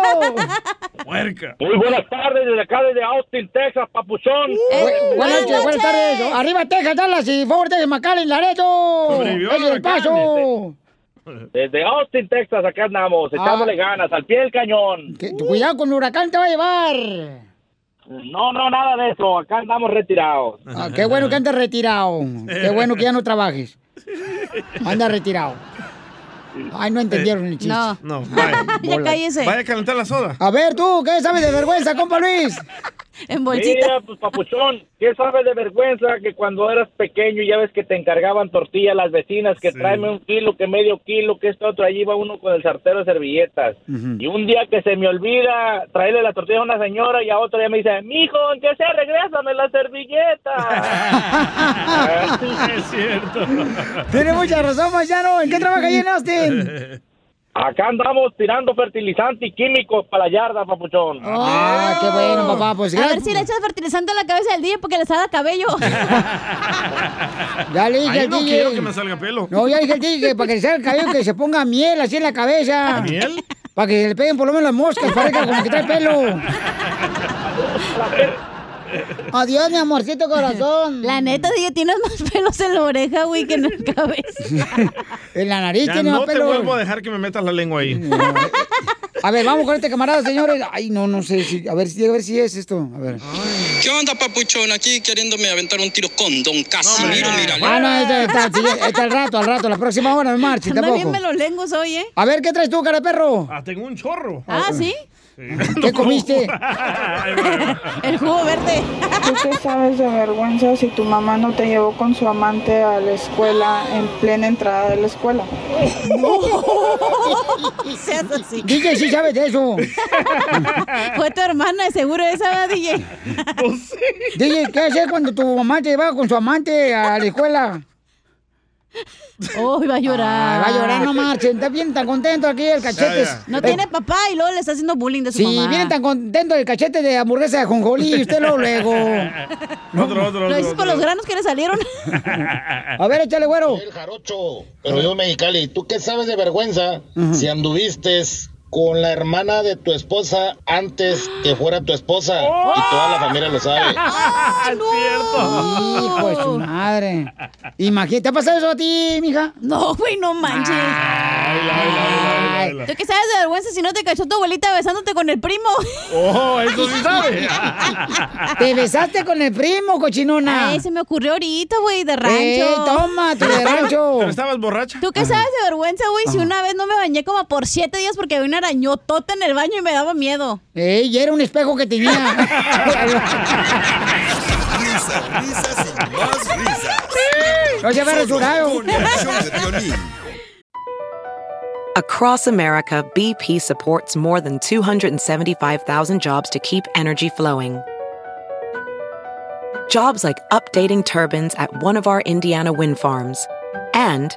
Speaker 19: Muy buenas tardes desde acá, desde Austin, Texas,
Speaker 1: Uh,
Speaker 19: papuchón.
Speaker 1: Bu- buenas noches, buenas tardes. Arriba Texas, Dallas y Fort Texas, McAllen, Laredo.
Speaker 19: Sobrevivió
Speaker 1: Es el
Speaker 19: el huracán,
Speaker 1: paso.
Speaker 19: Desde Austin, Texas, acá
Speaker 1: Ah.
Speaker 19: andamos, echándole ganas, al pie del cañón.
Speaker 1: Cuidado con el huracán, te va a llevar.
Speaker 19: No, no, nada de eso, acá andamos retirados.
Speaker 1: Ah, qué bueno que andas retirado. Qué bueno que ya no trabajes. Anda retirado. Ay, Eh, no entendieron el chiste.
Speaker 2: No. No, vaya.
Speaker 1: Ya cállese.
Speaker 2: Vaya a calentar la soda.
Speaker 1: A ver, tú, ¿qué sabes de vergüenza, compa Luis? En
Speaker 19: Mira, pues papuchón, ¿qué sabes de vergüenza que cuando eras pequeño ya ves que te encargaban tortillas las vecinas, que tráeme un kilo, que medio kilo, que esto otro, allí va uno con el sartero de servilletas. Y un día que se me olvida traerle la tortilla a una señora y a otra ya me dice, mijo, ¿en qué se regrésame la servilleta?
Speaker 2: es cierto.
Speaker 1: Ah. Tiene mucha razón, Mayano. ¿En qué trabaja ahí en Austin?
Speaker 19: Acá andamos tirando fertilizante y químicos para la yarda, papuchón.
Speaker 1: Ah, qué bueno, papá. Pues
Speaker 9: Oh. A ver
Speaker 1: gracias.
Speaker 9: si le echas fertilizante a la cabeza del DJ porque le sale cabello.
Speaker 1: Ya le dije
Speaker 2: Ahí
Speaker 1: al
Speaker 2: no
Speaker 1: DJ.
Speaker 2: quiero que me salga pelo.
Speaker 1: No, ya le dije al DJ que para que le salga el cabello que se ponga miel así en la cabeza.
Speaker 2: ¿Miel?
Speaker 1: Para que le peguen por lo menos las moscas, parezca como que trae pelo. Adiós, mi amorcito corazón.
Speaker 9: La neta, DJ, tienes más pelos en la oreja, güey, que en el cabeza.
Speaker 1: En la nariz
Speaker 2: Ya
Speaker 1: tiene
Speaker 2: no
Speaker 1: más
Speaker 2: te
Speaker 1: pelo.
Speaker 2: vuelvo a dejar que me metas la lengua ahí.
Speaker 1: A ver, vamos con este camarada, señores. Ay, no, no sé. Si, a, ver, si- a ver si es esto. A
Speaker 2: Ah.
Speaker 1: ver.
Speaker 11: ¿Qué onda, papuchón? Aquí queriéndome aventar un tiro con Don Casimiro, mírale.
Speaker 1: Ah, no, este está, al rato, al rato, la próxima hora, no marche
Speaker 9: Andan bien
Speaker 1: tampoco.
Speaker 9: me los lenguas hoy, ¿eh?
Speaker 1: A ver, ¿qué traes tú, cara de perro?
Speaker 2: Ah, tengo un chorro.
Speaker 9: Ah, ¿sí?
Speaker 1: ¿Qué comiste?
Speaker 9: El jugo verde.
Speaker 24: ¿Tú qué sabes de vergüenza si tu mamá no te llevó con su amante a la escuela en plena entrada de la escuela?
Speaker 9: Seas así.
Speaker 1: DJ, sí sabes de eso.
Speaker 9: Fue tu hermana, de seguro esa, ¿verdad, DJ?
Speaker 2: Pues
Speaker 1: DJ, ¿qué haces cuando tu mamá te lleva con su amante a la escuela? Ah,
Speaker 9: Oh, va a llorar.
Speaker 1: va a llorar, no marchen. Está bien tan contento aquí el cachetes.
Speaker 9: No
Speaker 1: Eh,
Speaker 9: tiene papá y luego le está haciendo bullying de su
Speaker 1: Si
Speaker 9: mamá.
Speaker 1: viene tan contento el cachete de hamburguesa de jonjolí, usted lo luego.
Speaker 2: Otro, otro,
Speaker 9: Lo
Speaker 2: otro.
Speaker 9: hizo por los granos que le salieron.
Speaker 1: A ver, échale, güero.
Speaker 6: Pero yo, Mexicali, ¿tú qué sabes de vergüenza si anduviste con la hermana de tu esposa antes que fuera tu esposa.
Speaker 1: ¡Oh!
Speaker 6: Y toda la familia lo sabe.
Speaker 1: ¡Ah,
Speaker 25: cierto!
Speaker 2: Hijo de su madre. Imagínate, ¿te ha pasado eso a ti, mija?
Speaker 9: No, pues. güey, no manches. ¿Tú qué sabes de vergüenza si no te cachó tu abuelita besándote con el primo?
Speaker 26: ¡Oh, eso sí sabe!
Speaker 2: Te besaste con el primo, cochinona.
Speaker 9: Ay, se me ocurrió ahorita, güey, de rancho.
Speaker 2: Ey, toma, tu de rancho.
Speaker 26: Pero estabas borracha.
Speaker 9: ¿Tú qué sabes de vergüenza, güey? Si una vez no me bañé como por siete días porque había una arañotota en el baño y me daba miedo.
Speaker 2: Ey, y era un espejo que tenía.
Speaker 11: Risas, risas y más risas.
Speaker 2: No se había
Speaker 11: Solo
Speaker 2: rasurado.
Speaker 11: con el show de Piolín.
Speaker 27: Across America, BP supports more than 275,000 jobs to keep energy flowing. Jobs like updating turbines at one of our Indiana wind farms and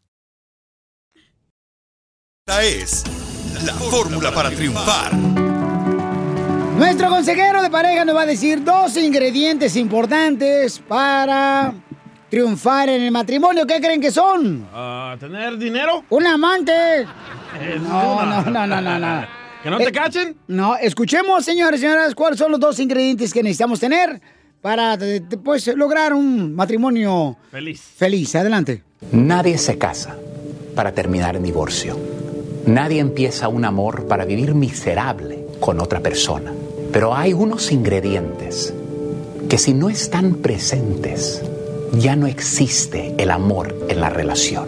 Speaker 11: Esta es la fórmula para triunfar.
Speaker 1: Nuestro consejero de pareja nos va a decir dos ingredientes importantes para triunfar en el matrimonio. ¿Qué creen que son?
Speaker 26: Ah, ¿Tener dinero?
Speaker 1: Un amante.
Speaker 26: No,
Speaker 1: no, no, no, no, no.
Speaker 26: ¿Que no te
Speaker 1: Eh,
Speaker 26: cachen?
Speaker 1: No, escuchemos, señores y señoras, cuáles son los dos ingredientes que necesitamos tener para de- de- pues, lograr un matrimonio
Speaker 26: Feliz.
Speaker 1: feliz. Adelante.
Speaker 28: Nadie se casa para terminar en divorcio. Nadie empieza un amor para vivir miserable con otra persona. Pero hay unos ingredientes que si no están presentes, ya no existe el amor en la relación.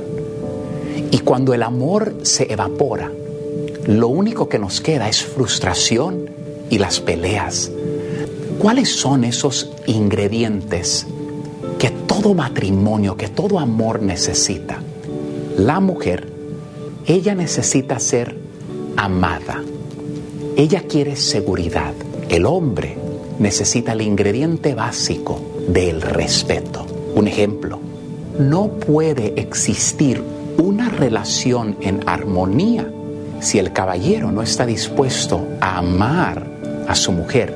Speaker 28: Y cuando el amor se evapora, lo único que nos queda es frustración y las peleas. ¿Cuáles son esos ingredientes que todo matrimonio, que todo amor necesita. La mujer, ella necesita ser amada. Ella quiere seguridad. El hombre necesita el ingrediente básico del respeto. Un ejemplo, no puede existir una relación en armonía si el caballero no está dispuesto a amar a su mujer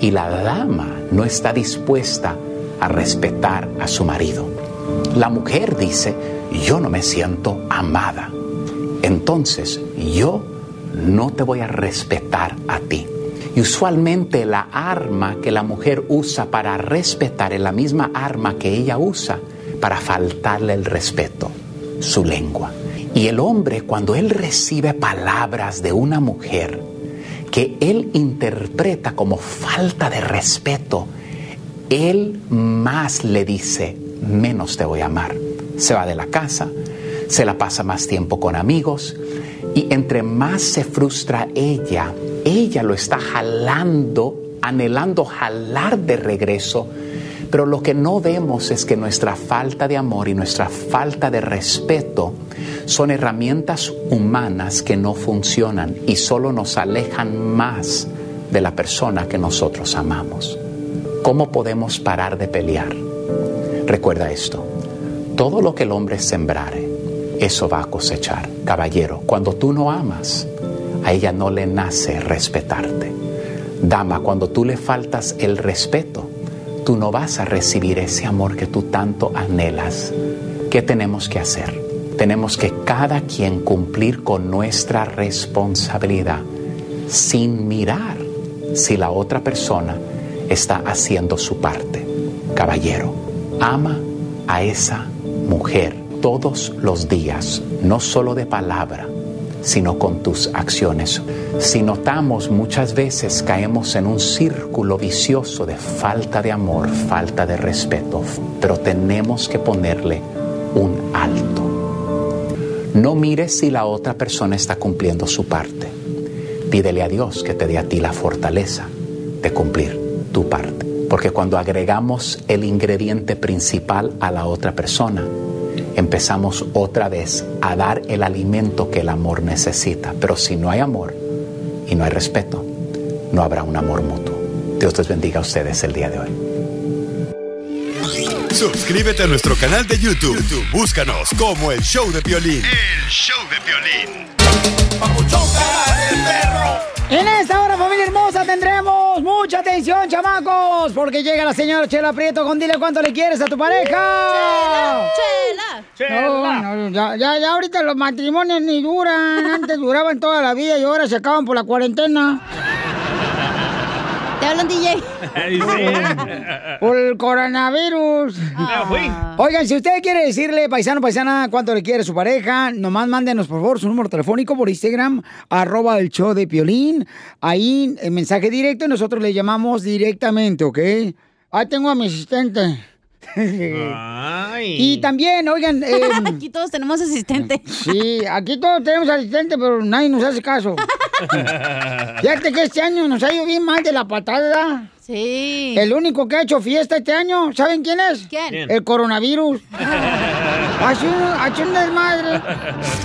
Speaker 28: y la dama no está dispuesta a respetar a su marido. La mujer dice, yo no me siento amada, entonces yo no te voy a respetar a ti. Y usualmente la arma que la mujer usa para respetar es la misma arma que ella usa para faltarle el respeto, su lengua. Y el hombre cuando él recibe palabras de una mujer que él interpreta como falta de respeto, él más le dice, menos te voy a amar. Se va de la casa, se la pasa más tiempo con amigos y entre más se frustra ella, ella lo está jalando, anhelando jalar de regreso. Pero lo que no vemos es que nuestra falta de amor y nuestra falta de respeto son herramientas humanas que no funcionan y solo nos alejan más de la persona que nosotros amamos. ¿Cómo podemos parar de pelear? Recuerda esto, todo lo que el hombre sembrare, eso va a cosechar. Caballero, cuando tú no amas, a ella no le nace respetarte. Dama, cuando tú le faltas el respeto, tú no vas a recibir ese amor que tú tanto anhelas. ¿Qué tenemos que hacer? Tenemos que cada quien cumplir con nuestra responsabilidad sin mirar si la otra persona está haciendo su parte. Caballero, ama a esa mujer todos los días, no solo de palabra, sino con tus acciones. Si notamos muchas veces caemos en un círculo vicioso de falta de amor, falta de respeto, pero tenemos que ponerle un alto. No mires si la otra persona está cumpliendo su parte. Pídele a Dios que te dé a ti la fortaleza de cumplir tu parte. Porque cuando agregamos el ingrediente principal a la otra persona, empezamos otra vez a dar el alimento que el amor necesita. Pero si no hay amor y no hay respeto, no habrá un amor mutuo. Dios les bendiga a ustedes el día de hoy.
Speaker 4: Suscríbete a nuestro canal de YouTube. YouTube, Búscanos como el show de violín. El show de violín.
Speaker 19: En esta hora, familia hermosa, tendremos mucha atención, chamacos, porque llega la señora Chela Prieto con dile cuánto le quieres a tu pareja.
Speaker 1: ¡Chela! No, no, ya, ya, ya ahorita los matrimonios ni duran. Antes duraban toda la vida y ahora se acaban por la cuarentena.
Speaker 9: ¿Te hablan, DJ?
Speaker 1: Por el coronavirus.
Speaker 19: Oigan, si usted quiere decirle, paisano, paisana, cuánto le quiere su pareja, nomás mándenos, por favor, su número telefónico por Instagram, arroba el show de Piolín. Ahí, el mensaje directo, y nosotros le llamamos directamente, ¿ok? Ahí tengo a mi asistente. Y también, oigan...
Speaker 9: Aquí todos tenemos asistente.
Speaker 1: em, Sí, aquí todos tenemos asistente, pero nadie nos hace caso. Fíjate que este año nos ha ido bien mal de la patada.
Speaker 9: Sí.
Speaker 1: El único que ha hecho fiesta este año, ¿saben quién es?
Speaker 11: ¿Quién?
Speaker 1: El coronavirus. ha hecho un, ha hecho un desmadre.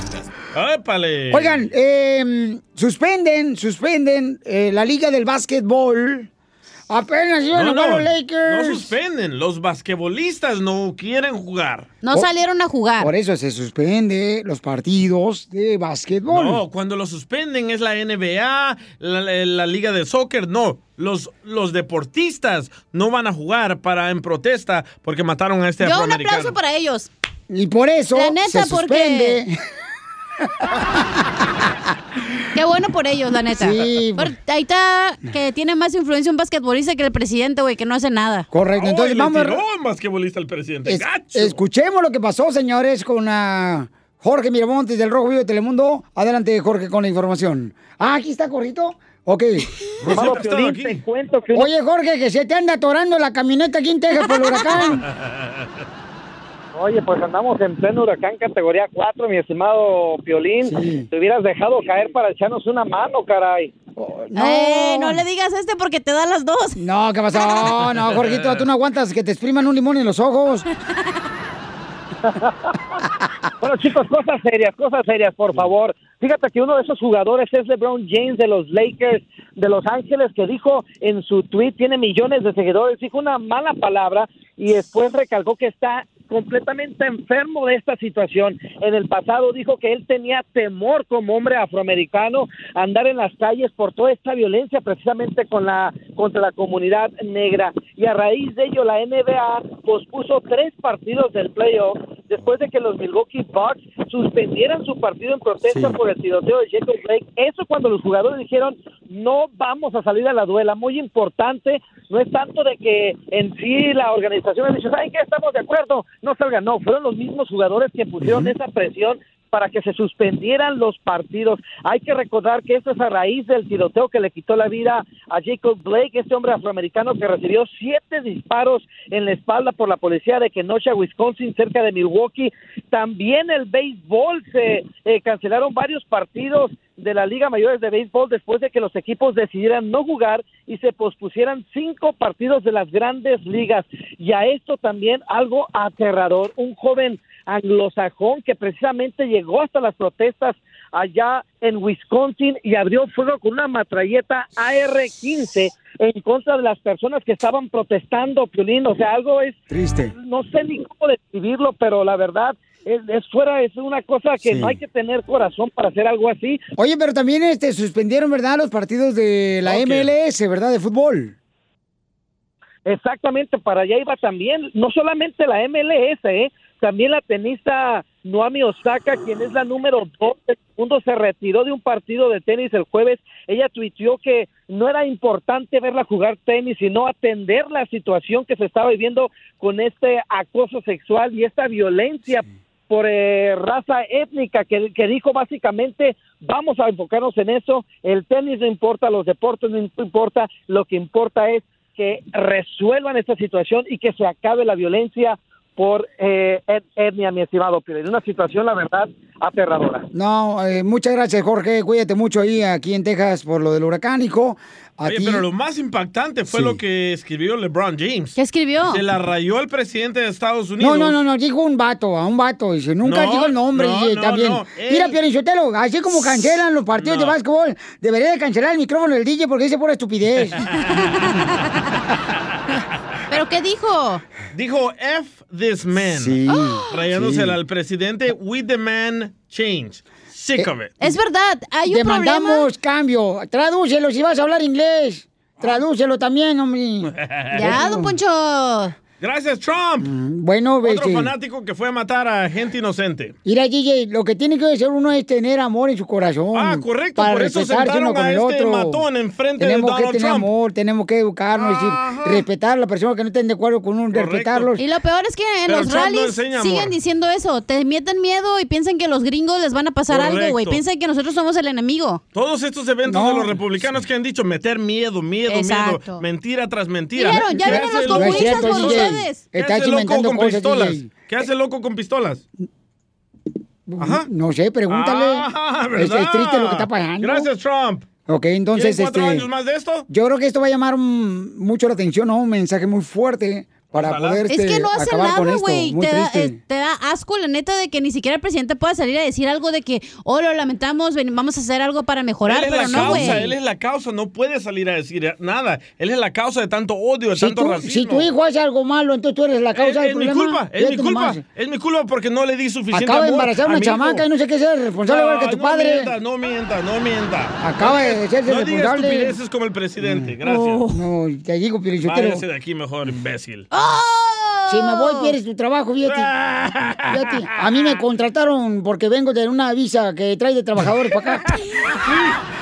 Speaker 2: ¡Épale!
Speaker 1: Oigan, eh, suspenden, suspenden eh, la liga del básquetbol. Apenas iban a jugar los Lakers.
Speaker 2: no suspenden. Los basquetbolistas no quieren jugar. Oh.
Speaker 9: No salieron a jugar.
Speaker 1: Oh, Por eso se suspende los partidos de básquetbol.
Speaker 2: No, cuando lo suspenden es la NBA, la, la- la liga de soccer, no. Los, los deportistas no van a jugar para en protesta porque mataron a este
Speaker 9: Yo un
Speaker 2: afroamericano.
Speaker 9: aplauso para ellos.
Speaker 1: Y por eso
Speaker 9: La neta,
Speaker 1: se
Speaker 9: porque...
Speaker 1: suspende.
Speaker 9: Qué bueno por ellos, la neta.
Speaker 1: Sí.
Speaker 9: Por- ahí está que tiene más influencia un basquetbolista que el presidente, güey, que no hace nada.
Speaker 1: Correcto, entonces vamos a-
Speaker 2: Le tiró un basquetbolista al presidente.
Speaker 1: Es-
Speaker 2: ¡Gacho!
Speaker 1: escuchemos lo que pasó, señores, con ah, Jorge Miramontes del Rojo Vivo de Telemundo. Adelante, Jorge, con la información. Ah, aquí está Corrito. Ok. Pues
Speaker 11: Hermano, Piolín, te cuento que una-
Speaker 1: Oye, Jorge, que se te anda atorando la camioneta aquí en Texas por el huracán.
Speaker 29: Oye, pues andamos en pleno huracán categoría 4, mi estimado Piolín. Te hubieras dejado caer para echarnos una mano, caray.
Speaker 9: No. no le digas a este porque te da las dos.
Speaker 1: No, ¿qué pasó? No, no, Jorgito, tú no aguantas que te expriman un limón en los ojos.
Speaker 29: Bueno, chicos, cosas serias, cosas serias, por favor. Fíjate que uno de esos jugadores es LeBron James de los Lakers de Los Ángeles que dijo en su tweet, tiene millones de seguidores, dijo una mala palabra y después recalcó que está completamente enfermo de esta situación. En el pasado dijo que él tenía temor como hombre afroamericano a andar en las calles por toda esta violencia precisamente con la contra la comunidad negra y a raíz de ello la NBA pospuso tres partidos del playoff después de que los Milwaukee Bucks suspendieran su partido en protesta por el tiroteo de Jacob Blake. Eso cuando los jugadores dijeron no vamos a salir a la duela. Muy importante, no es tanto de que en sí la organización ha dicho, ¿saben qué? Estamos de acuerdo, no salgan. No, fueron los mismos jugadores que pusieron esa presión para que se suspendieran los partidos. Hay que recordar que esto es a raíz del tiroteo que le quitó la vida a Jacob Blake, este hombre afroamericano que recibió siete disparos en la espalda por la policía de Kenosha, Wisconsin, cerca de Milwaukee. También el béisbol se eh, cancelaron varios partidos de la Liga Mayores de Béisbol después de que los equipos decidieran no jugar y se pospusieran cinco partidos de las grandes ligas. Y a esto también algo aterrador. Un joven anglosajón que precisamente llegó hasta las protestas allá en Wisconsin y abrió fuego con una matralleta AR-15 en contra de las personas que estaban protestando, Piolín. O sea, algo es
Speaker 1: Triste.
Speaker 29: no sé ni cómo describirlo, pero la verdad es, es fuera, es una cosa que
Speaker 1: Sí.
Speaker 29: no hay que tener corazón para hacer algo así.
Speaker 1: Oye, pero también este suspendieron, ¿verdad? Los partidos de la MLS, ¿verdad? De fútbol.
Speaker 29: Exactamente, para allá iba también, no solamente la MLS, ¿eh? también la tenista Noami Osaka, quien es la número dos del mundo, se retiró de un partido de tenis el jueves. Ella tuiteó que no era importante verla jugar tenis, sino atender la situación que se estaba viviendo con este acoso sexual y esta violencia por eh, raza étnica, que, que dijo básicamente, vamos a enfocarnos en eso, el tenis no importa, los deportes no importa, lo que importa es que resuelvan esta situación y que se acabe la violencia
Speaker 3: por eh, et- etnia, mi estimado Piolín. Una situación, la verdad, aterradora.
Speaker 1: No, eh, muchas gracias, Jorge. Cuídate mucho ahí, aquí en Texas, por lo del huracán, hijo. A
Speaker 2: Oye,
Speaker 1: ti-
Speaker 2: pero lo más impactante fue lo que escribió LeBron James.
Speaker 9: ¿Qué escribió?
Speaker 2: Se la rayó el presidente de Estados Unidos.
Speaker 1: No, no, no, no, dijo un vato, a un vato, dice, nunca
Speaker 2: No,
Speaker 1: dijo el nombre,
Speaker 2: no,
Speaker 1: dice,
Speaker 2: no,
Speaker 1: también.
Speaker 2: no, ey.
Speaker 1: Mira, Piorinsotelo, así como cancelan los partidos de básquetbol, debería de cancelar el micrófono del DJ porque dice pura estupidez.
Speaker 9: ¿Pero qué dijo?
Speaker 2: Dijo F this man.
Speaker 1: Sí,
Speaker 2: Rayándosela
Speaker 1: sí.
Speaker 2: al presidente. We demand change.
Speaker 1: Eh,
Speaker 2: Sick of it.
Speaker 9: Eh, Es verdad, hay un
Speaker 1: Demandamos cambio. Tradúcelo si vas a hablar inglés.
Speaker 2: Ah.
Speaker 1: Tradúcelo también, hombre.
Speaker 2: Ya, don
Speaker 9: Poncho.
Speaker 2: Gracias, Trump.
Speaker 1: Bueno,
Speaker 2: Otro
Speaker 1: este,
Speaker 2: fanático que fue a matar a gente inocente.
Speaker 1: Mira, DJ, lo que tiene que hacer uno es tener amor en su corazón.
Speaker 2: Ah, correcto,
Speaker 1: Para
Speaker 2: por eso
Speaker 1: respetarse
Speaker 2: sentaron
Speaker 1: uno con
Speaker 2: a
Speaker 1: el
Speaker 2: este
Speaker 1: otro.
Speaker 2: matón enfrente de
Speaker 1: tenemos que
Speaker 2: Donald
Speaker 1: tener
Speaker 2: Trump.
Speaker 1: amor, tenemos que educarnos, es decir, respetar a las personas que no estén de acuerdo con uno, respetarlos.
Speaker 2: Eh,
Speaker 9: Y lo peor es que en
Speaker 1: Pero
Speaker 9: los
Speaker 1: Trump no
Speaker 9: rallies
Speaker 1: enseña amor.
Speaker 9: siguen diciendo eso. Te meten miedo y piensan que los gringos les van a pasar algo, güey.
Speaker 2: Correcto.
Speaker 9: Piensan que nosotros somos el enemigo.
Speaker 2: Todos estos eventos de los republicanos que han dicho meter miedo, miedo,
Speaker 9: Exacto.
Speaker 2: miedo, mentira tras mentira.
Speaker 9: Vieron, ya
Speaker 2: ¿Qué
Speaker 9: vienen
Speaker 2: hace
Speaker 9: los
Speaker 2: el loco?
Speaker 9: comunistas No es cierto, por DJ. ustedes.
Speaker 2: ¿Qué
Speaker 1: Estás
Speaker 2: hace el loco
Speaker 1: inventando
Speaker 2: con
Speaker 1: cosas,
Speaker 2: pistolas?
Speaker 1: DJ.
Speaker 2: ¿Qué hace el loco con pistolas?
Speaker 1: No sé, pregúntale.
Speaker 2: Ah,
Speaker 1: es,
Speaker 2: ¿verdad?
Speaker 1: es triste lo que está pasando.
Speaker 2: Gracias, Trump.
Speaker 1: Ok, entonces.
Speaker 2: ¿Quieren cuatro
Speaker 1: este,
Speaker 2: años más de esto?
Speaker 1: Yo creo que esto va a llamar mm, mucho la atención, ¿no? Un mensaje muy fuerte para poder
Speaker 9: Es que
Speaker 1: este,
Speaker 9: no hacen
Speaker 1: acabar con
Speaker 9: nada,
Speaker 1: esto.
Speaker 9: güey.
Speaker 1: Muy
Speaker 9: Te, da-
Speaker 1: triste.
Speaker 9: eh, te da asco, la neta, de que ni siquiera el presidente pueda salir a decir algo de que, oh, lo lamentamos, ven- vamos a hacer algo para mejorar,
Speaker 2: él es la
Speaker 9: pero no, güey.
Speaker 2: causa, él es la causa, no puede salir a decir eh, nada. Él es la causa de tanto odio, de
Speaker 1: Si
Speaker 2: tanto
Speaker 1: tú-
Speaker 2: racismo.
Speaker 1: si tu hijo hace algo malo, entonces tú eres la causa del
Speaker 2: es mi
Speaker 1: problema.
Speaker 2: culpa, es mi
Speaker 1: Fíjate
Speaker 2: culpa,
Speaker 1: nomás.
Speaker 2: es mi culpa porque no le di suficiente
Speaker 1: Acaba de
Speaker 2: amor
Speaker 1: embarazar
Speaker 2: a
Speaker 1: una
Speaker 2: mi hijo.
Speaker 1: chamaca y no sé qué es el responsable, igual que tu
Speaker 2: no
Speaker 1: padre.
Speaker 2: Mienta, no mienta, no mienta.
Speaker 1: Acaba de ser
Speaker 2: No digas
Speaker 1: responsable. Mm. Oh,
Speaker 2: estupideces como el presidente, gracias.
Speaker 1: No, te digo, Pielichotero.
Speaker 2: Váyase de aquí mejor, imbécil.
Speaker 1: Si me voy, pierdes tu trabajo, fíjate. Fíjate, A mí me contrataron porque vengo de una visa que trae de trabajadores para acá.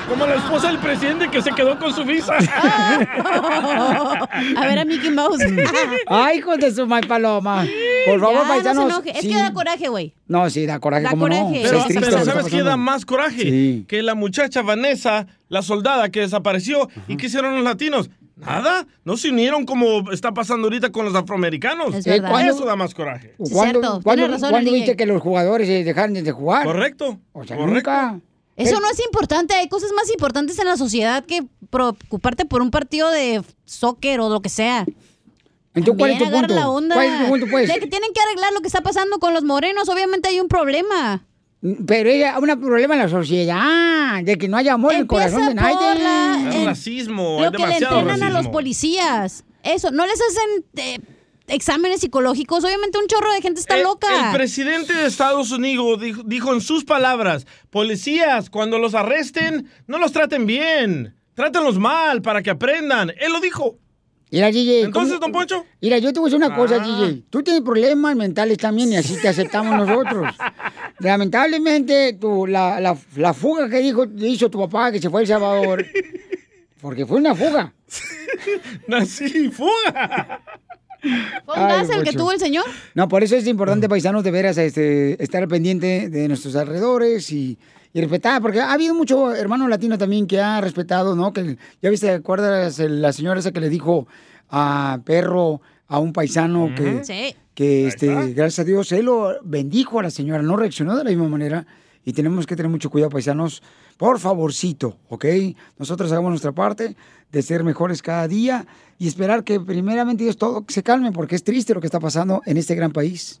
Speaker 2: Como la esposa del presidente que se quedó con su visa.
Speaker 9: A ver a Mickey Mouse.
Speaker 1: Ay, hijo de su mal paloma. Por favor,
Speaker 9: Ya,
Speaker 1: paisanos.
Speaker 9: No se enoje. Es
Speaker 1: sí.
Speaker 9: que da coraje, güey.
Speaker 1: No, sí, da coraje,
Speaker 9: Da
Speaker 1: cómo no.
Speaker 9: coraje.
Speaker 1: Sí,
Speaker 2: Pero,
Speaker 1: es triste
Speaker 2: pero
Speaker 1: lo que
Speaker 2: ¿sabes
Speaker 1: está
Speaker 2: qué da
Speaker 1: pasando.
Speaker 2: más coraje? Que la muchacha Vanessa, la soldada que desapareció, ¿y qué hicieron los latinos? Nada, no se unieron como está pasando ahorita con los afroamericanos.
Speaker 1: Es verdad.
Speaker 2: ¿Cuándo- Eso da más coraje.
Speaker 1: ¿Cuándo, cuándo- cuándo viste que los jugadores eh, dejaron de jugar?
Speaker 2: Correcto.
Speaker 1: O sea,
Speaker 2: correcto.
Speaker 1: nunca. Eh.
Speaker 9: Eso no es importante. Hay cosas más importantes en la sociedad que preocuparte por un partido de soccer o lo que sea.
Speaker 1: Entonces, ¿cuál es tu
Speaker 9: También agarra
Speaker 1: punto?
Speaker 9: la onda.
Speaker 1: ¿Cuál es tu punto, pues?
Speaker 9: De que tienen que arreglar lo que está pasando con los morenos. Obviamente hay un problema.
Speaker 1: Pero es un problema en la sociedad, de que no haya amor en el corazón de nadie.
Speaker 9: por la-
Speaker 2: Es racismo,
Speaker 9: lo
Speaker 2: es
Speaker 9: que le
Speaker 2: demasiado
Speaker 9: entrenan
Speaker 2: racismo.
Speaker 9: a los policías. Eso, no les hacen eh, exámenes psicológicos. Obviamente un chorro de gente está
Speaker 2: Eh,
Speaker 9: loca.
Speaker 2: El presidente de Estados Unidos dijo, dijo en sus palabras, policías, cuando los arresten, no los traten bien, trátenlos mal para que aprendan. Él lo dijo.
Speaker 1: Mira, DJ.
Speaker 2: Entonces,
Speaker 1: ¿cómo-
Speaker 2: don Poncho.
Speaker 1: Mira, yo te voy a decir una cosa,
Speaker 2: Ah.
Speaker 1: DJ. Tú tienes problemas mentales también y así te aceptamos nosotros. Lamentablemente, tu, la, la- la fuga que dijo, hizo tu papá que se fue a El Salvador, porque fue una fuga.
Speaker 2: Nací, fuga.
Speaker 9: ¿Fue
Speaker 1: Ay,
Speaker 9: un gas el que
Speaker 1: Poncho.
Speaker 9: tuvo el señor?
Speaker 1: No, por eso es importante, paisanos, de veras, este, estar al pendiente de nuestros alrededores y, y respetar, porque ha habido mucho hermano latino también que ha respetado, ¿no? Que ya viste, ¿te acuerdas el- la señora esa que le dijo a perro a un paisano que,
Speaker 9: Sí.
Speaker 1: que este, gracias a Dios, él lo bendijo a la señora, no reaccionó de la misma manera. Y tenemos que tener mucho cuidado, paisanos. Por favorcito, ¿ok? Nosotros hagamos nuestra parte de ser mejores cada día y esperar que primeramente Dios todo se calme, porque es triste lo que está pasando en este gran país.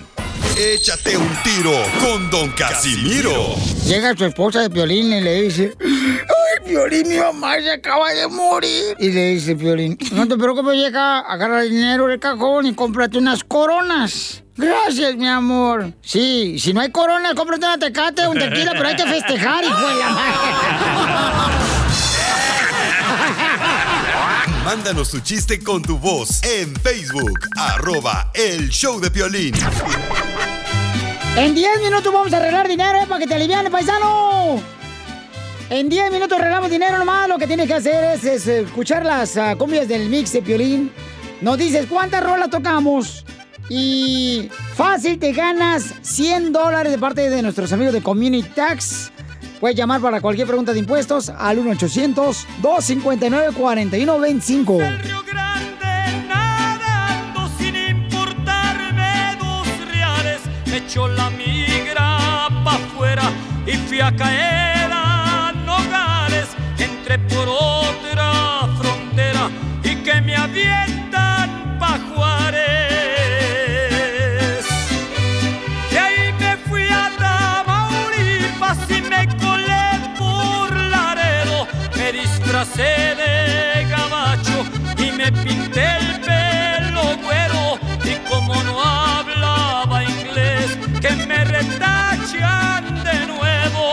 Speaker 4: Échate un tiro con Don Casimiro.
Speaker 1: Llega su esposa de Piolín y le dice, ¡Ay, Piolín, mi mamá se acaba de morir! Y le dice Piolín, no te preocupes, llega, agarra el dinero del cajón y cómprate unas coronas. Gracias, mi amor. Sí, si no hay coronas, cómprate una tecate, un tequila, pero hay que festejar, hijo de la
Speaker 4: Mándanos tu chiste con tu voz en Facebook, arroba el show de violín.
Speaker 1: En 10 minutos vamos a arreglar dinero, ¿eh? Para que te aliviane, paisano. En 10
Speaker 19: eh,
Speaker 1: minutos arreglamos dinero nomás. Lo que tienes que hacer es, es escuchar las ah, cumbias del mix de Piolín.
Speaker 19: Nos dices cuántas rolas tocamos. Y fácil te ganas 100 dólares de parte de nuestros amigos de Community Tax. Puedes llamar para cualquier pregunta de impuestos al 1-800-259-4125.
Speaker 11: sin importarme dos reales. Me echó la migra pa' afuera y fui a caer a Nogales. Entré por otra frontera y que me avientan pa' Juárez. De ahí me fui a Tamaulipas y me colé por Laredo. Me disfracé de gabacho y me pinté el pelo güero. Y como no hablaba inglés, que me retachan de nuevo.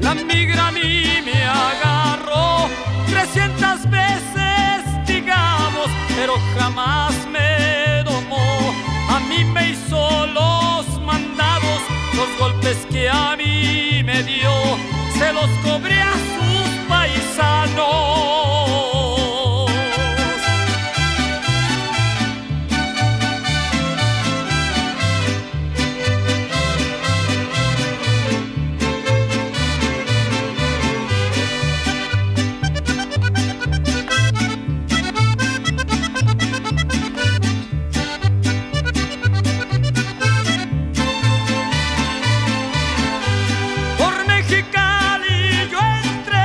Speaker 11: La migra a mí me agarró 300 veces, digamos, pero jamás me domó. A mí me hizo los mandados, los golpes que a mí me dio, se los cobré a sus paisanos. Por Mexicali yo entré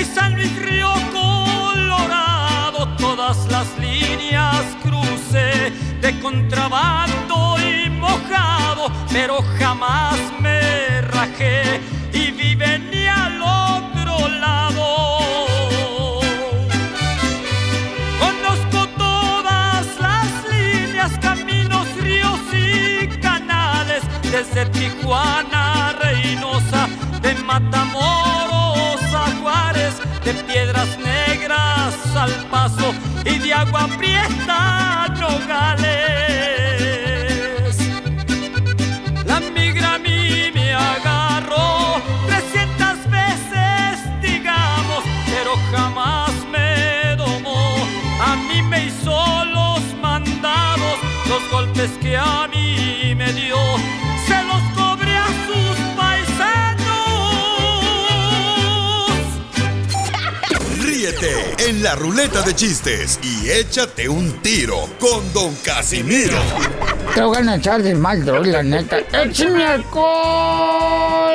Speaker 11: y San Luis Río Colorado, todas las líneas crucé de contrabando y mojado, pero jamás me rajé y vi venir al otro lado. Conozco todas las líneas, caminos, ríos y canales, desde Tijuana a Reynosa, de Matamoros a Juárez, de Piedras Negras al Paso y de Agua Prieta a Nogales. La migra a mí me agarró 300 veces, digamos, pero jamás me domó. A mí me hizo los mandados, los golpes que a mí me dio, se los cobré a sus paisanos.
Speaker 4: Ríete en la ruleta de chistes y échate un tiro con Don Casimiro.
Speaker 1: Te voy a echar de mal, droga, la neta. ¡Échame alcohol!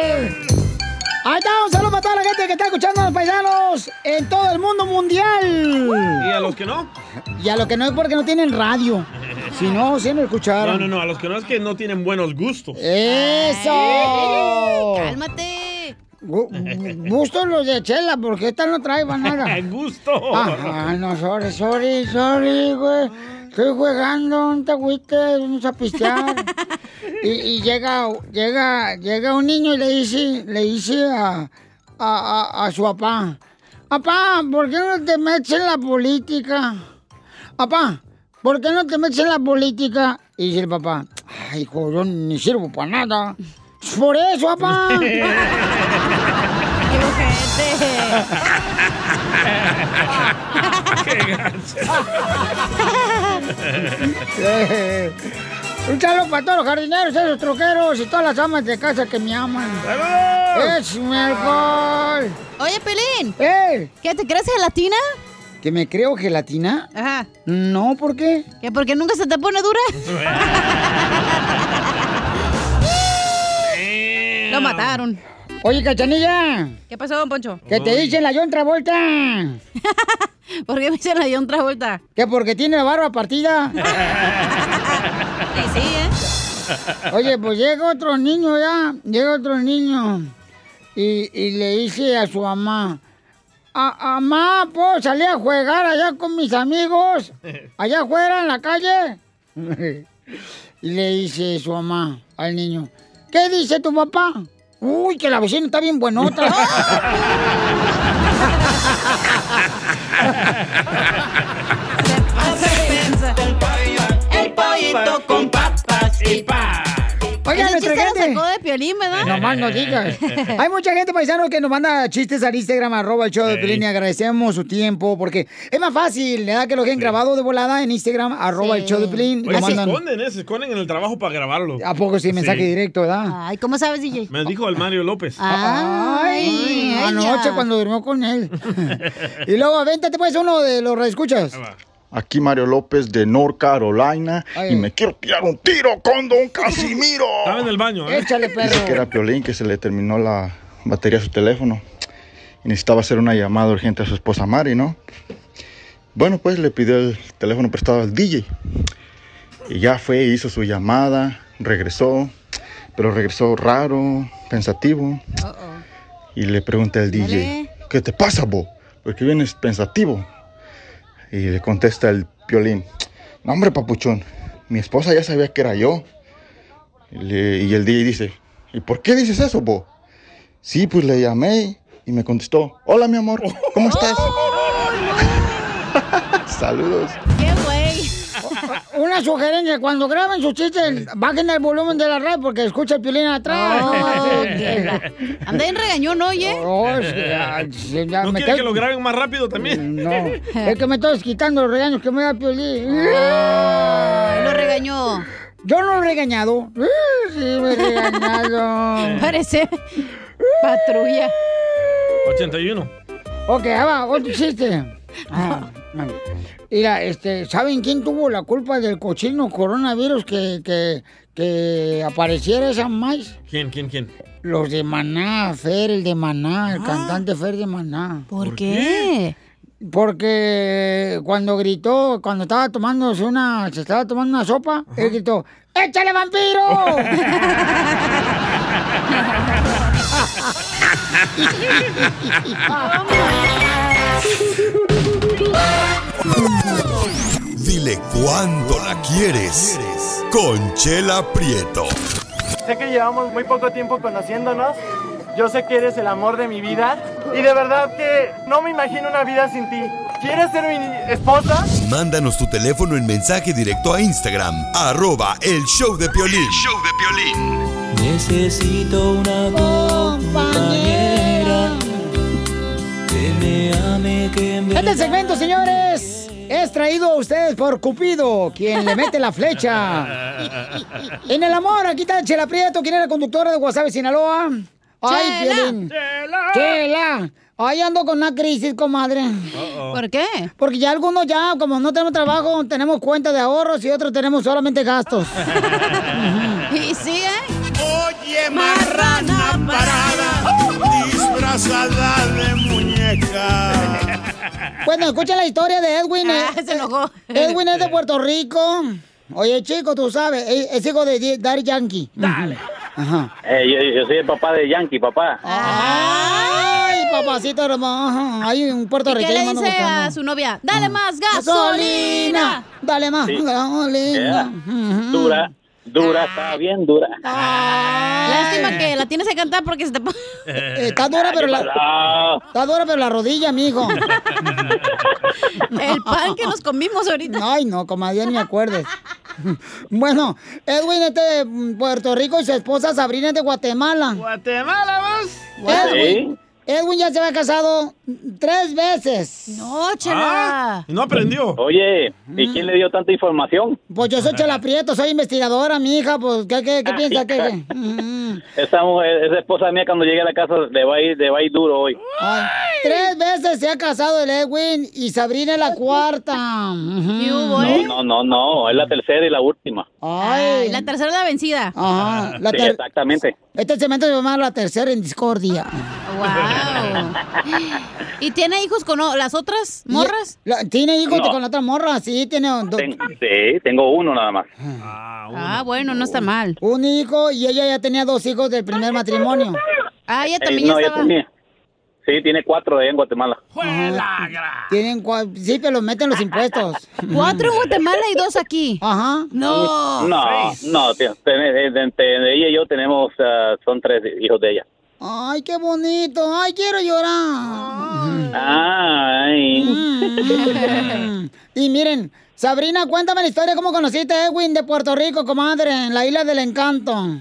Speaker 19: Ahí está, un saludo para toda la gente que está escuchando a los paisanos en todo el mundo mundial.
Speaker 2: ¿Y a los que no?
Speaker 19: Y a lo que no es porque no tienen radio. Si no, si no
Speaker 2: No,
Speaker 19: escucharon.
Speaker 2: no, no, a los que no es que no tienen buenos gustos.
Speaker 1: ¡Eso!
Speaker 9: ¡Cálmate!
Speaker 1: Gu- Gusto los de Chela, porque esta no trae nada.
Speaker 2: ¡Gusto!
Speaker 1: Ajá, no, sorry, sorry, sorry, güey. Estoy jugando, un tagüite, vamos a pistear. y, y llega, llega, llega un niño y le dice, le dice a, a, a- a su papá, papá, ¿por qué no te metes en la política? Papá, ¿por qué no te metes en la política? Y dice el papá, ay, hijo, yo ni sirvo para nada. Por eso, papá. Eh, Un saludo para todos los jardineros, esos troqueros y todas las amas de casa que me aman. ¡Es mi alcohol!
Speaker 9: Oye, Pelín.
Speaker 1: ¡Eh!
Speaker 9: ¿Qué te crees gelatina?
Speaker 1: ¿Que me creo gelatina?
Speaker 9: Ajá.
Speaker 1: No, ¿por qué?
Speaker 9: ¿Que porque nunca se te pone dura? Lo mataron.
Speaker 1: Oye, cachanilla,
Speaker 9: ¿Qué pasó, don Poncho?
Speaker 1: que te dicen la John Travolta.
Speaker 9: ¿Por qué me dicen la John Travolta?
Speaker 1: Que porque tiene la barba partida.
Speaker 9: Sí, ¿eh?
Speaker 1: Oye, pues llega otro niño ya, llega otro niño y, y le dice a su mamá, "A- mamá, ¿puedo salir a jugar allá con mis amigos? Allá afuera en la calle.
Speaker 11: ¿eh?
Speaker 1: y le dice su mamá al niño, ¿qué dice tu papá? Uy, que la vecina está bien buenota.
Speaker 11: El pollito con papas y pa.
Speaker 1: Oiga,
Speaker 9: Ese
Speaker 1: nuestra
Speaker 9: chiste lo
Speaker 1: gente.
Speaker 9: sacó de Piolín, ¿verdad?
Speaker 1: Nomás no digas. Hay mucha gente paisano que nos manda chistes al Instagram, arroba el show de Piolín, y agradecemos su tiempo porque es más fácil, ¿verdad? Que lo dejen grabado de volada en Instagram, arroba el show de Piolín.
Speaker 2: Oye,
Speaker 1: Lo
Speaker 2: se
Speaker 1: mandan-
Speaker 2: esconden, ¿eh? Se esconden en el trabajo para grabarlo.
Speaker 1: ¿A poco sí? Mensaje directo, ¿verdad?
Speaker 9: Ay, ¿cómo sabes, DJ?
Speaker 2: Me dijo el Mario López.
Speaker 1: Ah. Ay,
Speaker 9: ella.
Speaker 1: anoche cuando durmió con él. y luego, véntate pues uno de los reescuchas.
Speaker 3: Aquí Mario López de North Carolina
Speaker 1: Ay.
Speaker 3: y me quiero tirar un tiro con Don Casimiro.
Speaker 2: Estaba en el baño, ¿eh?
Speaker 1: Échale,
Speaker 3: Dice que era Piolín que se le terminó la batería a su teléfono y necesitaba hacer una llamada urgente a su esposa Mari, ¿no? Bueno, pues le pidió el teléfono prestado al DJ y ya fue, hizo su llamada, regresó, pero regresó raro, pensativo y le pregunta al DJ, ¿qué te pasa, bo? Porque vienes pensativo. Y le contesta el Piolín, no, hombre, papuchón, mi esposa ya sabía que era yo. Y, le- y el DJ dice, ¿y por qué dices eso, Bo? Sí, pues le llamé y me contestó, hola mi amor, ¿cómo estás? Saludos.
Speaker 1: ¡Qué güey! Una sugerencia, cuando graben sus chistes, bajen el volumen de la radio porque escucha el piolín atrás.
Speaker 9: Oh, qué la- Anda bien regañón hoy, ¿eh?
Speaker 1: Oh,
Speaker 2: ¿No
Speaker 1: me
Speaker 2: quiere
Speaker 1: cae-
Speaker 2: que lo graben más rápido también?
Speaker 1: No. Oh. Es que me estás quitando los regaños que me da Piolín.
Speaker 9: lo regañó.
Speaker 1: Yo no lo he regañado. Sí, me he regañado.
Speaker 9: Parece patrulla.
Speaker 2: 81.
Speaker 1: Ok, ahí va, otro chiste. Ah, ah. Mira, este, ¿saben quién tuvo la culpa del cochino coronavirus que, que, que apareciera esa maíz?
Speaker 2: ¿Quién, quién, quién?
Speaker 1: Los de Maná, Fer, el de Maná, el cantante Fer de Maná.
Speaker 9: Ah. ¿Por qué?
Speaker 1: Porque cuando gritó, cuando estaba tomándose una, se estaba tomando una sopa, él gritó, ¡échale vampiro!
Speaker 4: Dile cuándo la quieres. Conchela Prieto.
Speaker 30: Sé que llevamos muy poco tiempo conociéndonos. Yo sé que eres el amor de mi vida. Y de verdad que no me imagino una vida sin ti. ¿Quieres ser mi esposa?
Speaker 4: Mándanos tu teléfono en mensaje directo a Instagram, arroba el show de Piolín. show de
Speaker 11: Necesito una compañera que me ame, que me
Speaker 1: Este segmento, señores, es traído a ustedes por Cupido, quien le mete la flecha. En el amor, aquí está Chela Prieto, quien era conductora de Guasave, Sinaloa. Ay,
Speaker 31: Chela.
Speaker 1: Piolín. Chela. Ay, ando con una crisis, comadre.
Speaker 31: Uh-oh.
Speaker 9: ¿Por qué?
Speaker 1: Porque ya algunos ya, como no tenemos trabajo, tenemos cuenta de ahorros y otros tenemos solamente gastos.
Speaker 9: Y ¿eh? sigue.
Speaker 31: Oye, marrana parada, disfrazada de muñeca.
Speaker 1: Bueno, escucha la historia de Edwin.
Speaker 9: Ah,
Speaker 1: se enojó. Edwin es de Puerto Rico. Oye, chico, tú sabes, e-, es es hijo de Di- Daddy Yankee. Dale. Ajá.
Speaker 8: Eh, yo, yo soy el papá de Yankee, papá.
Speaker 1: Ay, papacito hermano. Hay un
Speaker 9: ¿Y qué le
Speaker 1: puertorriqueño
Speaker 9: dice a su novia? Dale más gasolina.
Speaker 1: Dale más
Speaker 8: Sí.
Speaker 1: gasolina.
Speaker 8: Eh, Dura, dura,
Speaker 1: Ah.
Speaker 8: está bien dura.
Speaker 9: Lástima que la tienes que cantar porque se te po-
Speaker 1: Eh, Está dura, pero la. Está dura, pero la rodilla, mijo.
Speaker 9: El pan que nos comimos ahorita.
Speaker 1: Ay, no, comadre, ni me acuerdes. Bueno, Edwin es de mm, Puerto Rico y su esposa Sabrina es de Guatemala.
Speaker 2: ¿Guatemala vas?
Speaker 1: Edwin, Edwin ya se había casado tres veces.
Speaker 9: No,
Speaker 2: Ah, ¿y no aprendió.
Speaker 8: Oye, ¿y quién le dio tanta información?
Speaker 1: Pues yo soy Chela Prieto, soy investigadora, mi hija, pues, ¿qué, qué, qué piensa? ¿Qué, qué?
Speaker 8: Esa mujer, esa esposa mía cuando llegue a la casa le va a ir, le va a ir duro hoy.
Speaker 1: Ay, tres veces se ha casado el Edwin y Sabrina es la cuarta. ¿Qué
Speaker 9: eh?
Speaker 8: No, no, no, no, es la tercera y la última.
Speaker 1: Ay,
Speaker 9: La tercera es la vencida. Ah,
Speaker 1: Ajá. Ah, La
Speaker 8: Ah, Sí,
Speaker 1: ter-
Speaker 8: exactamente.
Speaker 1: Este cemento se llama la tercera en discordia.
Speaker 9: ¿Y tiene hijos con o- las otras morras?
Speaker 1: La- tiene hijos
Speaker 8: No.
Speaker 1: con la otra morra, sí, tiene dos.
Speaker 8: Ten- sí, tengo uno nada más.
Speaker 9: Ah, bueno, no está mal.
Speaker 1: Un hijo y ella ya tenía dos hijos del primer matrimonio.
Speaker 9: Ah, ella
Speaker 8: Eh, no, ya tenía. Sí, tiene cuatro allá en Guatemala.
Speaker 1: Tienen cua- sí, pero los meten los impuestos.
Speaker 9: Cuatro en Guatemala y dos aquí.
Speaker 1: Ajá.
Speaker 9: No.
Speaker 8: No, no, tío, ten- eh, entre ella y yo tenemos, ah, son tres hijos de ella.
Speaker 1: Ay, qué bonito. Ay, quiero
Speaker 9: Ah.
Speaker 1: llorar.
Speaker 9: Mm.
Speaker 8: Ay.
Speaker 1: Mm. y miren, Sabrina, cuéntame la historia, cómo conociste a Edwin de Puerto Rico, comadre, en la isla del encanto.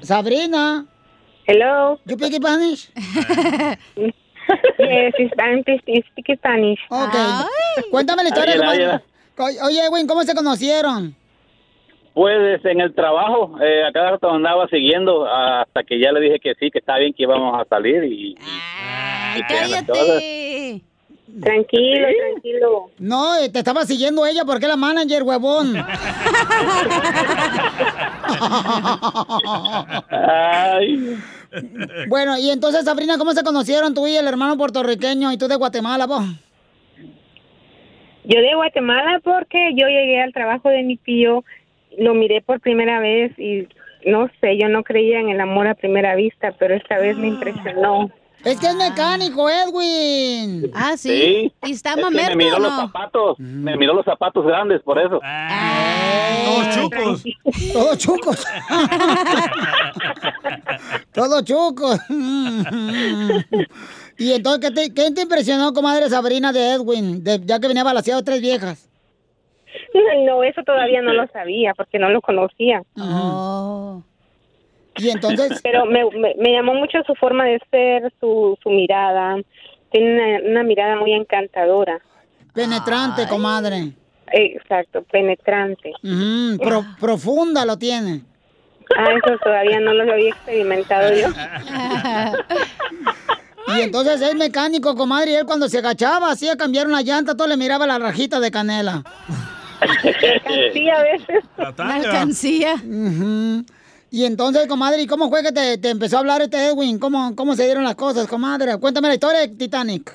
Speaker 1: Sabrina.
Speaker 12: Hello.
Speaker 1: ¿Yo pido Spanish?
Speaker 12: yes, Spanish, you speak Spanish.
Speaker 1: Ok. Cuéntame la historia.
Speaker 12: Águila,
Speaker 1: comadre.
Speaker 12: águila.
Speaker 1: Co- Oye, güey, ¿cómo se conocieron?
Speaker 29: Pues en el trabajo, eh, a cada rato andaba siguiendo hasta que ya le dije que sí, que está bien, que íbamos a salir y... y que eran las cosas.
Speaker 12: Tranquilo, tranquilo.
Speaker 1: No, eh, te estaba siguiendo ella porque era manager, huevón. Bueno, y entonces, Sabrina, ¿cómo se conocieron tú y el hermano puertorriqueño y tú de Guatemala, vos?
Speaker 12: Yo de Guatemala porque yo llegué al trabajo de mi tío, lo miré por primera vez y no sé, yo no creía en el amor a primera vista, pero esta vez me impresionó.
Speaker 1: Es que es mecánico, Edwin.
Speaker 9: Ah,
Speaker 29: Sí.
Speaker 9: ¿Y
Speaker 29: Es
Speaker 9: está
Speaker 29: que
Speaker 9: mamerto
Speaker 29: me miró
Speaker 9: o
Speaker 29: los
Speaker 9: no?
Speaker 29: zapatos, me miró los zapatos grandes, por eso.
Speaker 1: Todos
Speaker 2: chucos.
Speaker 1: Todos chucos. Todos chucos. y entonces, ¿qué te, qué te impresionó, comadre Sabrina de Edwin? de- ya que venía balaseado tres viejas.
Speaker 12: No, eso todavía no lo sabía porque no lo conocía.
Speaker 1: Y entonces-
Speaker 12: Pero me, me- me llamó mucho su forma de ser, su, su mirada. Tiene una, una mirada muy encantadora.
Speaker 1: Penetrante, comadre.
Speaker 12: Exacto, penetrante.
Speaker 1: Ujú, pro- profunda lo tiene.
Speaker 12: Ah, eso todavía no lo había experimentado yo.
Speaker 1: Y entonces el mecánico, comadre, y él cuando se agachaba, hacía cambiar una llanta, todo le miraba la rajita de canela.
Speaker 12: Sí, a veces.
Speaker 1: La alcancía. Y entonces, comadre, ¿y cómo fue que te, te empezó a hablar este Edwin? ¿Cómo, ¿Cómo se dieron las cosas, comadre? Cuéntame la historia de Titanic.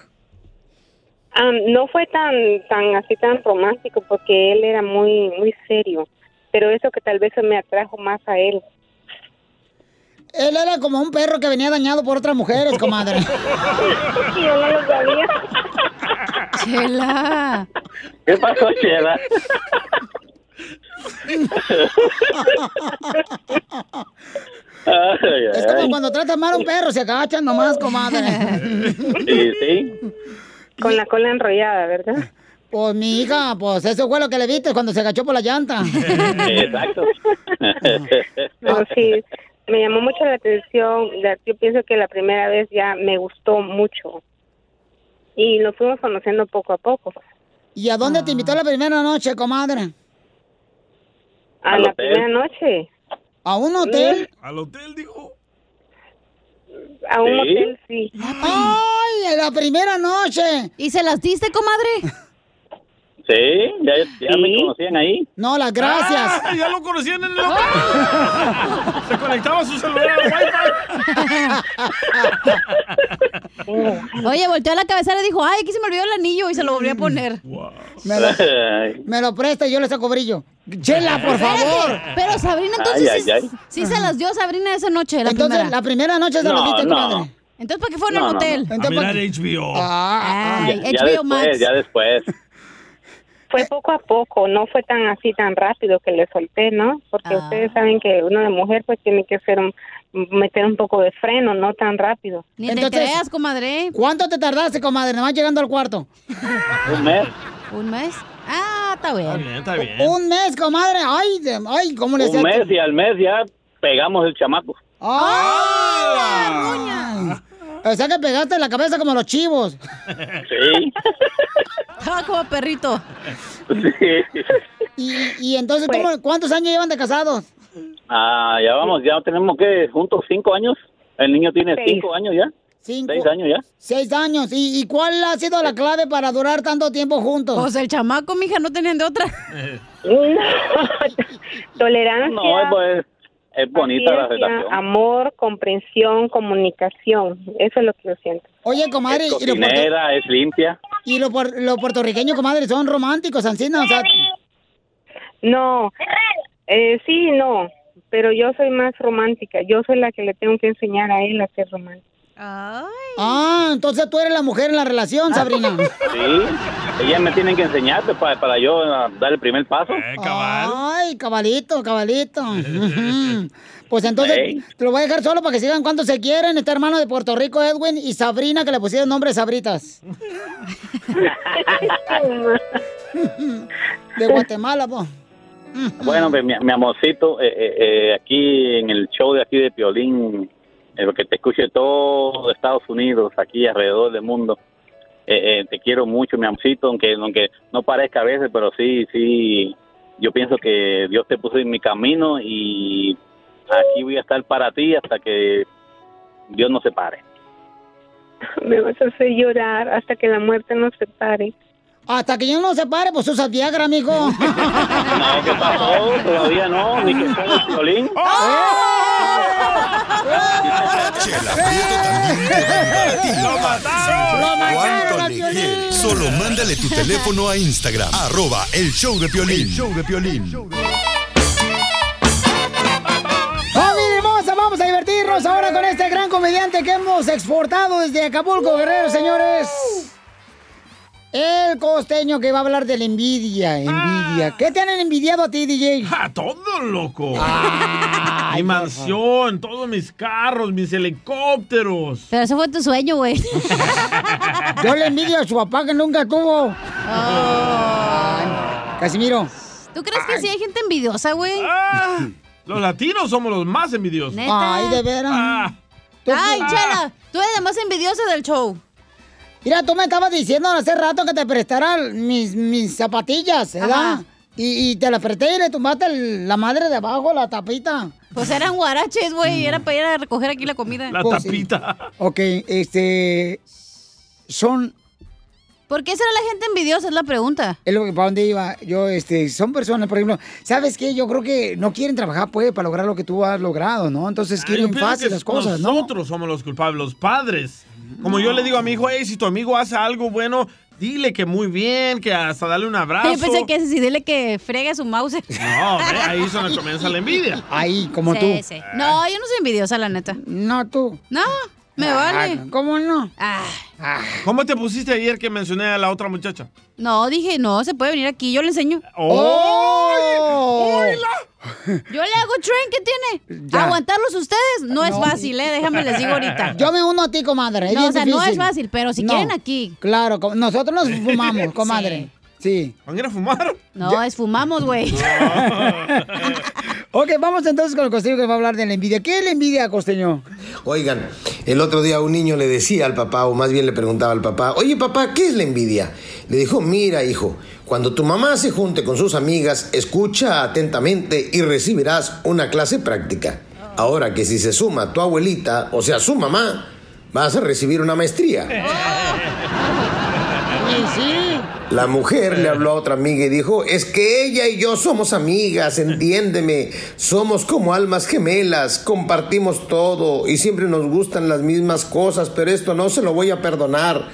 Speaker 12: Am, no fue tan tan así tan romántico porque él era muy muy serio, pero eso que tal vez me atrajo más a él.
Speaker 1: Él era como un perro que venía dañado por otras mujeres, comadre.
Speaker 12: Yo no lo sabía.
Speaker 1: Chela.
Speaker 29: ¿Qué pasó, Chela? Ay, ay,
Speaker 1: Es como
Speaker 29: ay.
Speaker 1: cuando tratas mal a un perro, se agachan nomás, comadre.
Speaker 29: Sí, sí.
Speaker 12: Con la cola enrollada, ¿verdad?
Speaker 1: Pues mi hija, pues eso fue lo que le viste cuando se agachó por la llanta.
Speaker 29: Exacto.
Speaker 12: No, sí, me llamó mucho la atención. la- Yo pienso que la primera vez ya me gustó mucho. Y lo fuimos conociendo poco a poco.
Speaker 1: ¿Y a dónde te invitó la primera noche, comadre?
Speaker 12: A
Speaker 1: Al
Speaker 12: la
Speaker 1: hotel.
Speaker 12: primera noche. Mm,
Speaker 1: ¿A un hotel?
Speaker 2: Al hotel, dijo.
Speaker 12: A un
Speaker 2: ¿Sí?
Speaker 12: hotel, sí.
Speaker 1: ¡Ay, en la primera noche!
Speaker 9: ¿Y se las diste, comadre?
Speaker 29: Sí, ya, ya me conocían ahí.
Speaker 1: No, las gracias. Ah.
Speaker 2: Ah, ya lo conocían en el hotel. Se conectaba su celular al
Speaker 9: Oye, volteó a la cabecera y dijo, ay, aquí se me olvidó el anillo y se lo volvió a poner.
Speaker 1: Me lo, me lo presta y yo le saco brillo. ¡Chela, por favor!
Speaker 9: Espérate, Pero Sabrina, entonces
Speaker 1: Ay,
Speaker 9: sí,
Speaker 1: ay, ay.
Speaker 9: sí se las dio Sabrina esa noche, la
Speaker 1: Entonces,
Speaker 9: primera.
Speaker 1: la primera noche se las No, diste, no. comadre.
Speaker 9: Entonces, ¿para qué fueron
Speaker 29: No,
Speaker 9: al
Speaker 29: no,
Speaker 9: hotel?
Speaker 29: no.
Speaker 9: Entonces, ¿para
Speaker 29: A mirar
Speaker 9: qué-
Speaker 29: HBO.
Speaker 9: Ah,
Speaker 29: Ya-
Speaker 9: ay,
Speaker 29: ya
Speaker 9: HBO
Speaker 29: después,
Speaker 9: Max.
Speaker 29: ya después.
Speaker 9: Eh.
Speaker 12: Fue poco a poco, no fue tan así tan rápido que le solté, ¿no?
Speaker 9: Ah.
Speaker 12: Porque ustedes saben que uno de mujer pues tiene que ser un- meter un poco de freno, no tan rápido.
Speaker 9: Ni te creas, comadre.
Speaker 1: ¿Cuánto te tardaste, comadre? Nomás llegando al cuarto.
Speaker 29: Un mes.
Speaker 9: ¿Un mes? Ah, está
Speaker 29: Está
Speaker 9: bien.
Speaker 29: bien, está bien.
Speaker 1: Un mes, comadre. Ay, de- ay, ¿cómo le
Speaker 29: Un mes y al mes ya pegamos el chamaco.
Speaker 1: ¡Ah! O sea que pegaste la cabeza como los chivos.
Speaker 9: ah.
Speaker 29: Sí.
Speaker 9: Estaba como perrito.
Speaker 29: sí.
Speaker 1: Y, y entonces,
Speaker 12: Pues.
Speaker 1: ¿cómo- ¿cuántos años llevan de casados?
Speaker 29: Ah, ya vamos, ya tenemos que juntos cinco años. El niño tiene
Speaker 1: Seis.
Speaker 29: cinco años ya.
Speaker 1: Cinco.
Speaker 29: Seis años ya.
Speaker 1: Seis años. ¿Y, y cuál ha sido la clave para durar tanto tiempo juntos?
Speaker 9: Pues el chamaco, mija, no tenían de otra.
Speaker 12: Tolerancia,
Speaker 29: No, pues es bonita la
Speaker 12: paciencia,
Speaker 29: relación.
Speaker 12: amor, comprensión, comunicación, eso es lo que yo siento.
Speaker 1: Oye, comadre,
Speaker 29: Es
Speaker 1: y los, puerto-
Speaker 29: cocinera, es limpia.
Speaker 1: y los puer- los puertorriqueños, comadre, son románticos, Ancina. O sea,
Speaker 12: No, eh, sí, no, pero yo soy más romántica, yo soy la que le tengo que enseñar a él a ser romántico.
Speaker 1: ah, entonces tú eres la mujer en la relación, Sabrina.
Speaker 29: Sí. Ellas me tienen que enseñar pues, para, para yo ah, dar el primer paso.
Speaker 8: Eh,
Speaker 1: Ay, cabalito, cabalito. Ujú. Pues entonces te lo voy a dejar solo para que sigan cuánto se quieren. Este hermano de Puerto Rico, Edwin, y Sabrina, que le pusieron nombre Sabritas. Ah. De Guatemala, po.
Speaker 8: Bueno, mi, mi amorcito, eh, eh, eh, aquí en el show de aquí de Piolín, eh, que te escuche todo Estados Unidos, aquí alrededor del mundo. Eh, eh, te quiero mucho, mi amorcito, aunque, aunque no parezca a veces, pero sí, sí, yo pienso que Dios te puso en mi camino y aquí voy a estar para ti hasta que Dios nos separe.
Speaker 32: Me vas a hacer llorar hasta que la muerte nos separe.
Speaker 1: Hasta que yo no se pare, pues usa Viagra, amigo.
Speaker 8: No, Ah, ¿qué pasó? Todavía no, ni que sea el Piolín.
Speaker 4: ¡Lo mataron!
Speaker 33: ¡Lo
Speaker 4: ¿Cuánto le quieres? Solo mándale tu teléfono a Instagram, arroba el show de Piolín. show de Piolín.
Speaker 1: ¡Familia hermosa! Vamos a divertirnos ahora con este gran comediante que hemos exportado desde Acapulco, Guerrero, señores. El costeño que va a hablar de la envidia, envidia. ¿Qué te han envidiado a ti, DJ?
Speaker 2: Ah. ¡A todo, loco!
Speaker 1: Ah.
Speaker 2: mi mansión, todos mis carros, mis helicópteros.
Speaker 9: Pero eso fue tu sueño, güey.
Speaker 1: Yo le envidio a su papá que nunca tuvo.
Speaker 2: Ah.
Speaker 1: Casimiro.
Speaker 9: ¿Tú crees que sí hay gente envidiosa, güey?
Speaker 1: Ah.
Speaker 2: Los latinos somos los más envidiosos. Ah.
Speaker 9: ¿Neta? Ay, de
Speaker 1: veras.
Speaker 9: Ay,
Speaker 1: Ah.
Speaker 9: Chela, tú eres la más envidiosa del show.
Speaker 1: Mira, tú me estabas diciendo hace rato que te prestara mis, mis zapatillas, ¿verdad? Y, y te las presté y le tumbaste el- la madre de abajo, la tapita.
Speaker 9: Pues eran guaraches, güey. Era para ir a recoger aquí la comida.
Speaker 1: Mm. Pues sí. Ok, este. Son.
Speaker 9: ¿Por qué será la gente envidiosa? Es la pregunta.
Speaker 1: Es lo que, ¿Para dónde iba? Yo, este, son personas, por ejemplo, ¿sabes qué? Yo creo que no quieren trabajar, pues, para lograr lo que tú has logrado, ¿no? Entonces
Speaker 2: Ah, Yo
Speaker 1: quieren
Speaker 2: pienso
Speaker 1: fácil
Speaker 2: que
Speaker 1: las cosas, ¿no?
Speaker 2: Nosotros somos los culpables, los padres. Como yo le digo a mi hijo, hey, si tu amigo hace algo bueno, dile que muy bien, que hasta dale un abrazo.
Speaker 9: Yo pensé que si dile que fregue su mouse.
Speaker 2: No, ve, ahí es donde comienza la envidia.
Speaker 1: Ahí,
Speaker 9: Sí, sí. No, yo no soy envidiosa, la neta.
Speaker 1: No, tú. Ah,
Speaker 9: No, me vale. Ah.
Speaker 1: ¿Cómo no? Ah.
Speaker 2: ¿Cómo te pusiste ayer que mencioné a la otra muchacha?
Speaker 9: No, dije, no, se puede venir aquí, yo le enseño.
Speaker 2: ¡Oh!
Speaker 9: Yo le hago tren, ¿qué tiene? Aguantarlos ustedes no, es fácil, ¿eh? Déjame les digo ahorita.
Speaker 1: Yo me uno a ti, comadre. es
Speaker 9: No,
Speaker 1: bien
Speaker 9: o sea, no
Speaker 1: difícil.
Speaker 9: es fácil, pero si
Speaker 1: No.
Speaker 9: quieren aquí.
Speaker 1: Claro, com- nosotros nos fumamos, comadre. Sí.
Speaker 2: ¿Van a ir a fumar?
Speaker 9: No, es fumamos, güey.
Speaker 1: Ok, vamos entonces con el costeño que va a hablar de la envidia. ¿Qué es la envidia, costeño?
Speaker 14: Oigan, el otro día un niño le decía al papá, o más bien le preguntaba al papá, oye papá, ¿qué es la envidia? Le dijo, mira hijo, cuando tu mamá se junte con sus amigas, escucha atentamente y recibirás una clase práctica. Ahora que si se suma tu abuelita, o sea, su mamá, vas a recibir una maestría. La mujer le habló a otra amiga y dijo, es que ella y yo somos amigas, entiéndeme, somos como almas gemelas, compartimos todo y siempre nos gustan las mismas cosas, pero esto no se lo voy a perdonar.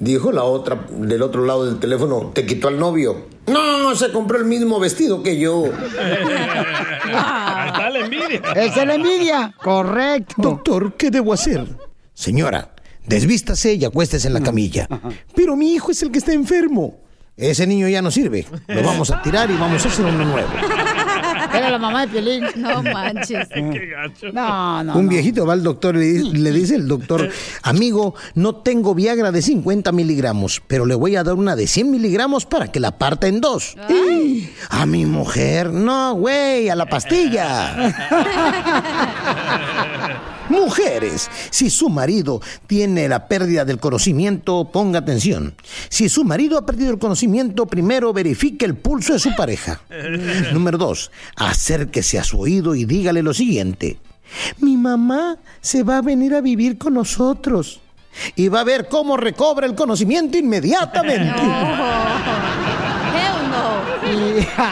Speaker 14: Dijo la otra del otro lado del teléfono, te quitó al novio. No, se compró el mismo vestido que yo.
Speaker 2: Ahí está la envidia.
Speaker 1: Esa es la envidia. Correcto.
Speaker 14: Doctor, ¿qué debo hacer? Señora, desvístase y acuéstese en la camilla. Pero mi hijo es el que está enfermo. Ese niño ya no sirve. Lo vamos a tirar y vamos a hacer uno nuevo.
Speaker 1: Era la mamá de Piolín.
Speaker 9: No manches.
Speaker 2: Qué gacho.
Speaker 1: No, no.
Speaker 14: Un
Speaker 1: no.
Speaker 14: viejito va al doctor y le di- le dice el doctor, amigo, no tengo Viagra de 50 miligramos, pero le voy a dar una de 100 miligramos para que la parta en dos. A mi mujer, no, güey, a la pastilla. Mujeres, si su marido tiene la pérdida del conocimiento, ponga atención. Si su marido ha perdido el conocimiento, primero verifique el pulso de su pareja. Número dos, acérquese a su oído y dígale lo siguiente. Mi mamá se va a venir a vivir con nosotros y va a ver cómo recobra el conocimiento inmediatamente.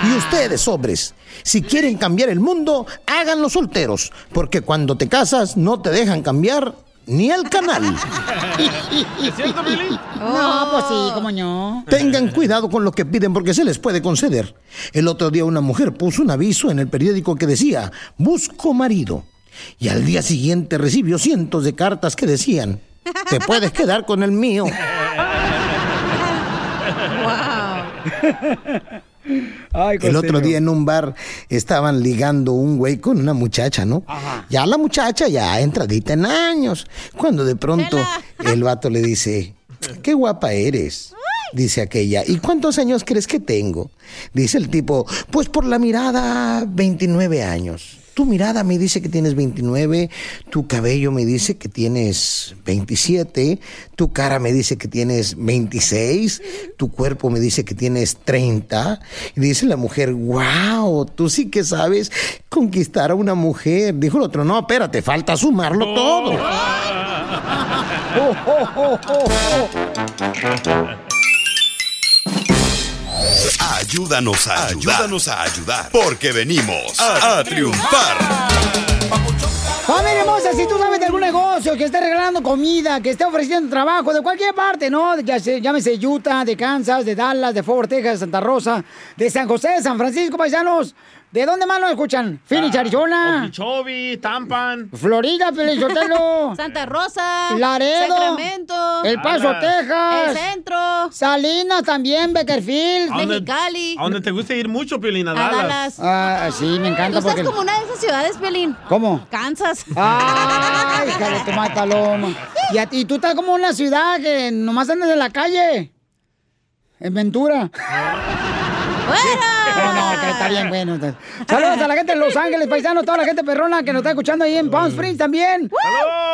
Speaker 14: Y ustedes, hombres, si quieren cambiar el mundo, háganlo solteros, porque cuando te casas no te dejan cambiar ni el canal.
Speaker 2: ¿Es cierto, Billy?
Speaker 1: No, pues sí, como no.
Speaker 14: Tengan cuidado con lo que piden porque se les puede conceder. El otro día una mujer puso un aviso en el periódico que decía, busco marido. Y al día siguiente recibió cientos de cartas que decían, te puedes quedar con el mío. el otro día en un bar estaban ligando un güey con una muchacha, ¿no? Ya la muchacha ya entradita en años. Cuando de pronto el vato le dice, qué guapa eres. dice aquella. ¿Y cuántos años crees que tengo? Dice el tipo, pues por la mirada, 29 años. Tu mirada me dice que tienes 29, tu cabello me dice que tienes 27, tu cara me dice que tienes 26, tu cuerpo me dice que tienes 30. Y dice la mujer, wow, tú sí que sabes conquistar a una mujer. Dijo el otro, no, espérate, falta sumarlo todo. Oh,
Speaker 4: Ayúdanos a ayudar. Ayúdanos a ayudar. Porque venimos a, a triunfar.
Speaker 1: Familia hermosa, si tú sabes de algún negocio que esté regalando comida, que esté ofreciendo trabajo, de cualquier parte, ¿no? Ya se- llámese Utah, de Kansas, de Dallas, de Fort Worth, Texas, Santa Rosa, de San José, de San Francisco, paisanos. ¿De dónde más nos escuchan?
Speaker 2: Ah,
Speaker 1: Phoenix, Arizona.
Speaker 2: Okeechobee, Tampan.
Speaker 1: Florida, Pelizotelo.
Speaker 9: Santa Rosa.
Speaker 1: Laredo.
Speaker 9: Sacramento.
Speaker 1: El Paso,
Speaker 2: Ala.
Speaker 1: Texas.
Speaker 9: El centro.
Speaker 1: Salinas también, Beckerfield.
Speaker 2: ¿A dónde- ¿A dónde te gusta ir mucho, Piolín? A
Speaker 9: A
Speaker 2: Dallas.
Speaker 9: Dallas.
Speaker 1: Ah, sí, me
Speaker 9: Tú
Speaker 1: encanta
Speaker 9: estás
Speaker 1: porque...
Speaker 9: como una de esas ciudades, Pelín.
Speaker 1: ¿Cómo?
Speaker 9: Kansas.
Speaker 1: Ay, hija de tu mataloma. Y a ti, tú estás como una ciudad que nomás andas de la calle. En Ventura. No, no, que está bien bueno. está- Saludos a la gente de Los Ángeles, paisanos, toda la gente perrona que nos está escuchando ahí en Palm Springs también.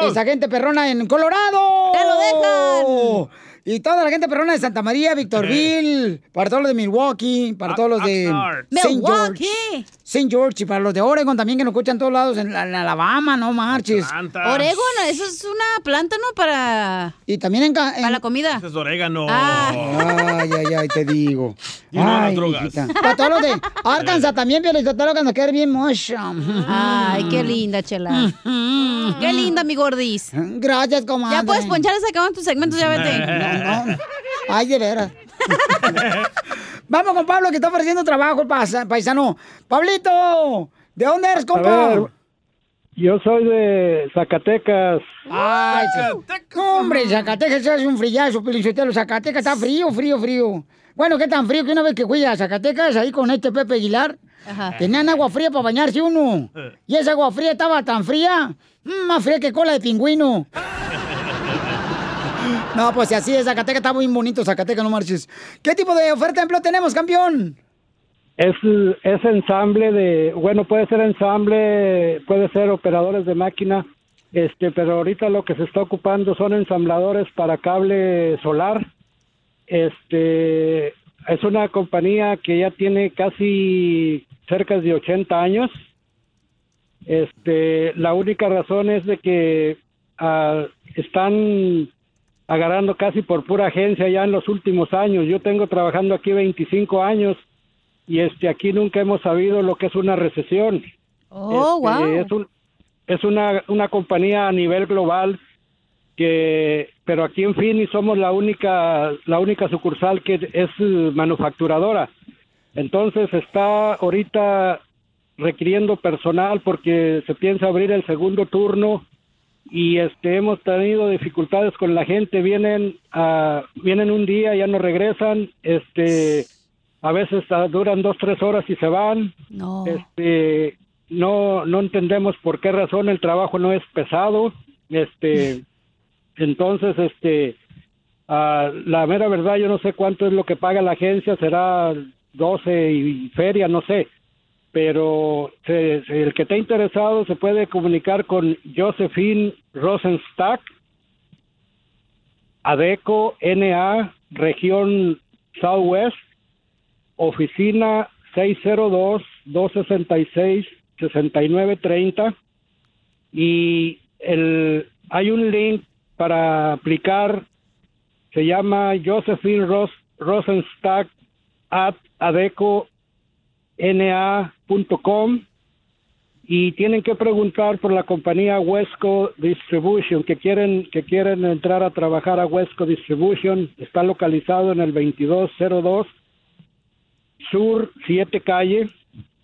Speaker 1: Esa gente perrona en Colorado. ¡Te lo dejan! Y toda la gente perrona de Santa María, Victorville, para todos los de Milwaukee, para todos los de
Speaker 9: Oxnard.
Speaker 1: St. George.
Speaker 9: Milwaukee.
Speaker 1: St. George y para los de Oregon también que nos escuchan en todos lados, en, la- en Alabama, no marches.
Speaker 9: Oregón, eso es una planta, ¿no? Para.
Speaker 1: Y también en. Para
Speaker 9: la comida. Ah,
Speaker 2: Es orégano.
Speaker 1: Ay, ay, ay, te digo.
Speaker 2: Ah. Y no las
Speaker 1: Ay,
Speaker 2: drogas.
Speaker 1: hijita. Para todos los de Arkansas también, Piolizotelo, que nos quiere bien mucho.
Speaker 9: Ay, qué linda, chela. qué linda, mi gordis.
Speaker 1: Gracias, comadre.
Speaker 9: Ya puedes ponchar ese cabrón en tus segmentos, ya vete.
Speaker 1: No, no. Ay, de veras. Vamos con Pablo, que está ofreciendo trabajo, pasa- paisano. Pablito, ¿de dónde eres,
Speaker 34: A
Speaker 1: compa?
Speaker 34: ver, Yo soy de Zacatecas.
Speaker 1: Ay, no, hombre, Zacatecas se hace un frillazo, Pelichotelo. Zacatecas está frío, frío, frío. Bueno, qué tan frío que una vez que fui a Zacatecas, ahí con este Pepe Aguilar,
Speaker 35: Ajá.
Speaker 1: tenían agua fría para bañarse uno.
Speaker 35: Eh.
Speaker 1: Y esa agua fría estaba tan fría, mm, más fría que cola de pingüino. No, pues si así es, Zacatecas está muy bonito, Zacatecas, no marches. ¿Qué tipo de oferta de empleo tenemos, campeón?
Speaker 34: Es, es ensamble de, bueno, puede ser ensamble, puede ser operadores de máquina, este, pero ahorita lo que se está ocupando son ensambladores para cable solar. Este, es una compañía que ya tiene casi cerca de 80 años. Este, la única razón es de que ah, están agarrando casi por pura agencia ya en los últimos años. Yo tengo trabajando aquí 25 años y este aquí nunca hemos sabido lo que es una recesión.
Speaker 9: Oh,
Speaker 34: Este,
Speaker 9: wow.
Speaker 34: Es, un- es una, una compañía a nivel global que, pero aquí en Phoenix somos la única, la única sucursal que es eh, manufacturadora. Entonces está ahorita requiriendo personal porque se piensa abrir el segundo turno y este hemos tenido dificultades con la gente vienen a, vienen un día ya no regresan este a veces ah, duran dos tres horas y se van
Speaker 9: No.
Speaker 34: este no no entendemos por qué razón el trabajo no es pesado este entonces este ah, la mera verdad yo no sé cuánto es lo que paga la agencia será 12 y feria no sé pero se- se- el que esté interesado se puede comunicar con Josephine Rosenstack Adeco NA región Southwest oficina 602-266-6930 y el, hay un link para aplicar, se llama Josephine Ros, Rosenstack at adeco.na.com y tienen que preguntar por la compañía Wesco Distribution que quieren que quieren entrar a trabajar a Wesco Distribution está localizado en el 2202 Sur 7 Calle,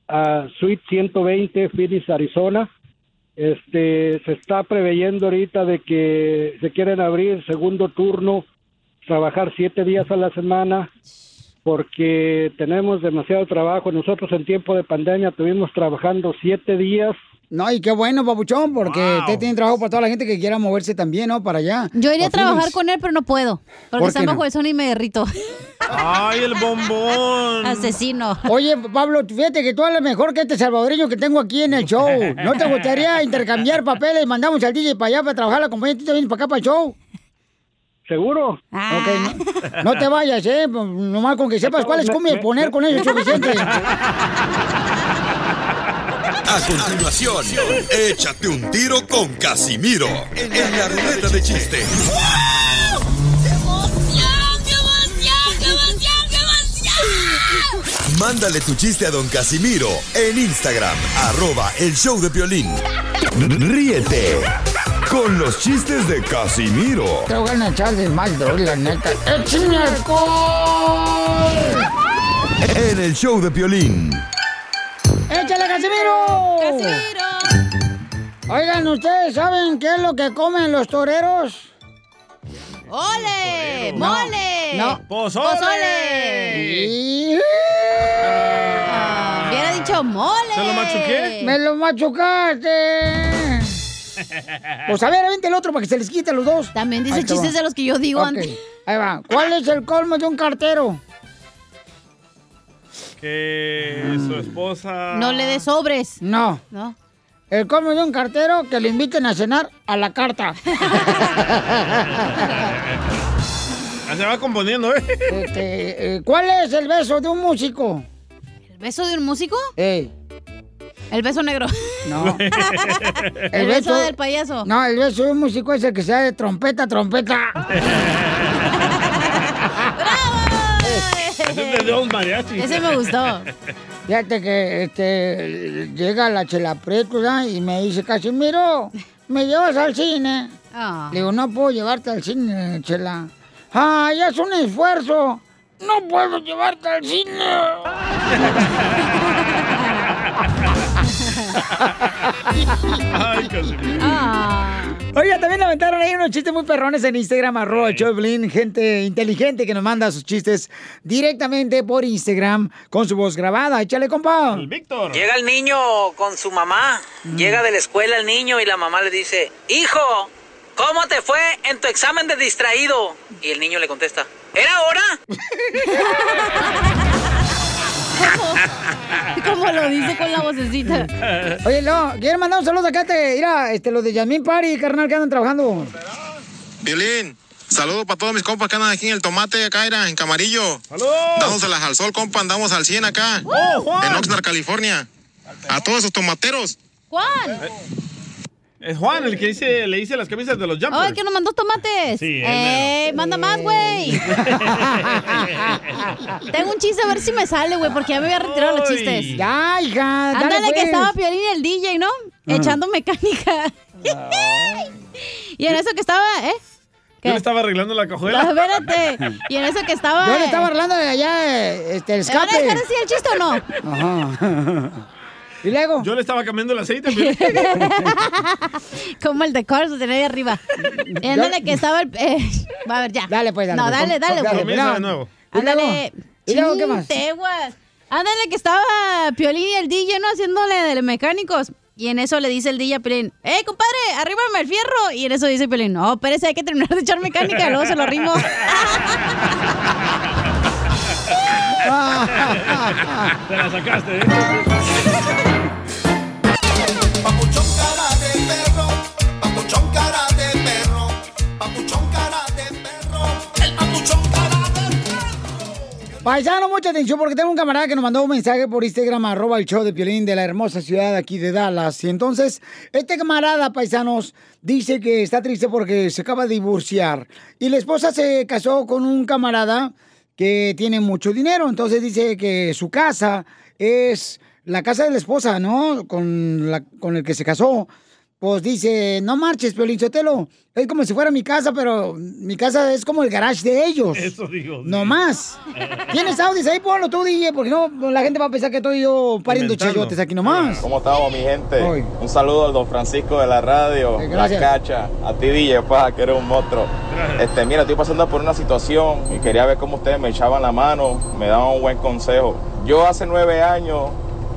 Speaker 34: a Suite 120, Phoenix, Arizona. Este, se está preveyendo ahorita de que se quieren abrir segundo turno, trabajar siete días a la semana, porque tenemos demasiado trabajo. Nosotros en tiempo de pandemia tuvimos trabajando siete días
Speaker 1: No, y qué bueno, papuchón, porque usted tiene trabajo para toda la gente que quiera moverse también, ¿no? Para allá.
Speaker 9: Yo iré a
Speaker 1: Pa'
Speaker 9: trabajar
Speaker 1: Phoenix.
Speaker 9: con él, pero no puedo. Porque
Speaker 1: ¿Por
Speaker 9: está
Speaker 1: qué no?
Speaker 9: bajo el sol y me derrito.
Speaker 2: ¡Ay, el bombón!
Speaker 9: Asesino.
Speaker 1: Oye, Pablo, fíjate que tú hablas mejor que este salvadoreño que tengo aquí en el show. ¿No te gustaría intercambiar papeles? Mandamos al DJ para allá para trabajar la compañía y tú te vienes para acá para el show.
Speaker 34: ¿Seguro?
Speaker 1: Ok, no, no te vayas, ¿eh? Nomás con que sepas cuáles comidas poner con ellos es suficiente.
Speaker 4: A continuación, échate un tiro con Casimiro en la ruleta de chiste. Mándale tu chiste a don Casimiro en Instagram, arroba el show de violín. Ríete con los chistes de Casimiro
Speaker 1: Te voy a echar de mal, bro, la neta. ¡Échame alcohol!
Speaker 4: en el show de violín.
Speaker 1: ¡Échale, Casimiro! ¡Casimiro! Oigan, ¿ustedes saben qué es lo que comen los toreros?
Speaker 9: ¡Ole!
Speaker 1: No,
Speaker 9: Eh, ¡Mole!
Speaker 1: no.
Speaker 9: ¡Pozole!
Speaker 1: Y-
Speaker 9: Ah, Hubiera dicho mole.
Speaker 1: ¿Te lo machuqué? ¡Me lo machucaste! Pues a ver, vente el otro para que se les quite a los dos. También
Speaker 9: dice chistes de los que yo digo antes.
Speaker 1: Ahí va. ¿Cuál es el colmo de un cartero?
Speaker 2: Que su esposa...
Speaker 1: dé sobres. No.
Speaker 9: No.
Speaker 1: El colmo de un cartero que le inviten a cenar a la carta.
Speaker 2: Ah, Se va componiendo, ¿eh?
Speaker 1: Este, eh, ¿Cuál es el beso de un músico?
Speaker 9: ¿El beso de un músico?
Speaker 1: Ey.
Speaker 9: El beso negro.
Speaker 1: No.
Speaker 9: El, beso, del payaso.
Speaker 1: No, el beso de un músico es el que sea de trompeta, a trompeta.
Speaker 2: Ese es de Don Mariachi.
Speaker 1: Ese me gustó. Fíjate que este, llega la chela Prieto, ¿verdad? y me dice, Casimiro, ¿me llevas al cine?
Speaker 9: Ah.
Speaker 1: Le digo, no puedo llevarte al cine, chela. ¡Ay, es un esfuerzo! ¡No puedo llevarte al cine!
Speaker 11: Ay, Casimiro.
Speaker 1: Ah. Oiga, también aventaron ahí unos chistes muy perrones en Instagram, arroba el show de Piolín, gente inteligente que nos manda sus chistes directamente por Instagram con su voz grabada. Échale, compa.
Speaker 20: Llega el niño con su mamá,
Speaker 1: Mm.
Speaker 20: llega de la escuela el niño y la mamá le dice, hijo, ¿cómo te fue en tu examen de distraído? Y el niño le contesta, ¿era hora?
Speaker 9: Como lo dice con la vocecita.
Speaker 1: Oye, no, quiero mandar un saludo acá, te, mira, este, los de Yasmín Party, carnal, que andan trabajando.
Speaker 36: Violín, saludo para todos mis compas que andan aquí en el tomate, acá era, en Camarillo. Dándoselas al sol, compa, andamos al 100 acá.
Speaker 11: ¡Oh!
Speaker 36: en Oxnard, California. A todos esos tomateros.
Speaker 9: Juan.
Speaker 2: Es Juan el que dice, le hice las camisas de los jumpers.
Speaker 9: Ay, que nos mandó tomates.
Speaker 2: Sí, él
Speaker 9: ¡Ey, manda más, güey! Tengo un chiste, a ver si me sale, güey, porque ya me voy a retirar los chistes.
Speaker 1: Ya, hija.
Speaker 9: Ándale,
Speaker 11: dale,
Speaker 9: que
Speaker 11: pues.
Speaker 9: estaba Piolín y el DJ, ¿no?
Speaker 2: Ajá.
Speaker 9: Echando mecánica. y en eso que estaba, ¿eh?
Speaker 2: Yo le estaba arreglando la cajuela.
Speaker 9: No, espérate. Y en eso que estaba. eh,
Speaker 2: Yo le estaba
Speaker 1: hablando de allá, este, el
Speaker 9: ¿Me van a
Speaker 2: escape.
Speaker 9: dejar así el chiste o no?
Speaker 1: Ajá. ¿Y luego?
Speaker 2: Yo le estaba cambiando el aceite. mire.
Speaker 9: Como el de Cars, lo tenía ahí arriba. Y ándale, que estaba el. eh, va a ver, ya. Dale, pues,
Speaker 1: Mm, dale,
Speaker 9: No,
Speaker 1: pues,
Speaker 9: dale,
Speaker 1: com- dale,
Speaker 9: dale, güey.
Speaker 1: Comienza
Speaker 9: No.
Speaker 1: de nuevo. ¿Y luego?
Speaker 9: Ándale.
Speaker 1: ¿Y luego qué más?
Speaker 9: Chinteguas. Ándale, que estaba Piolín y el DJ, ¿no? Haciéndole de mecánicos. Y en eso le dice el DJ a Piolín, ¡Ey, compadre, arríbame el fierro! Y en eso dice Piolín, no, espérese, hay que terminar de echar mecánica, luego se lo arrimo.
Speaker 11: Te la sacaste, ¿eh?
Speaker 1: Paisano, mucha atención porque tengo un camarada que nos mandó un mensaje por Instagram, arroba el show de Piolín de la hermosa ciudad aquí de Dallas. Y entonces, este camarada, paisanos, dice que está triste porque se acaba de divorciar. Y la esposa se casó con un camarada que tiene mucho dinero. Entonces dice que su casa es la casa de la esposa, ¿no? Con, la- con el que se casó. Pues dice, no marches, Piolín Sotelo. Es como si fuera mi casa, pero mi casa es como el garage de ellos.
Speaker 2: Eso digo.
Speaker 1: No más. ¿Tienes audios ahí? Ponlo tú, DJ, porque no, la gente va a pensar que estoy yo pariendo chayotes aquí nomás.
Speaker 25: ¿Cómo estamos, mi gente? Un saludo al don Francisco de la radio,
Speaker 1: Eh,
Speaker 25: la
Speaker 1: gracias.
Speaker 25: cacha, a ti DJ, pa, que eres un monstruo. Este, mira, estoy pasando por una situación y quería ver cómo ustedes me echaban la mano, me daban un buen consejo. Yo hace nueve años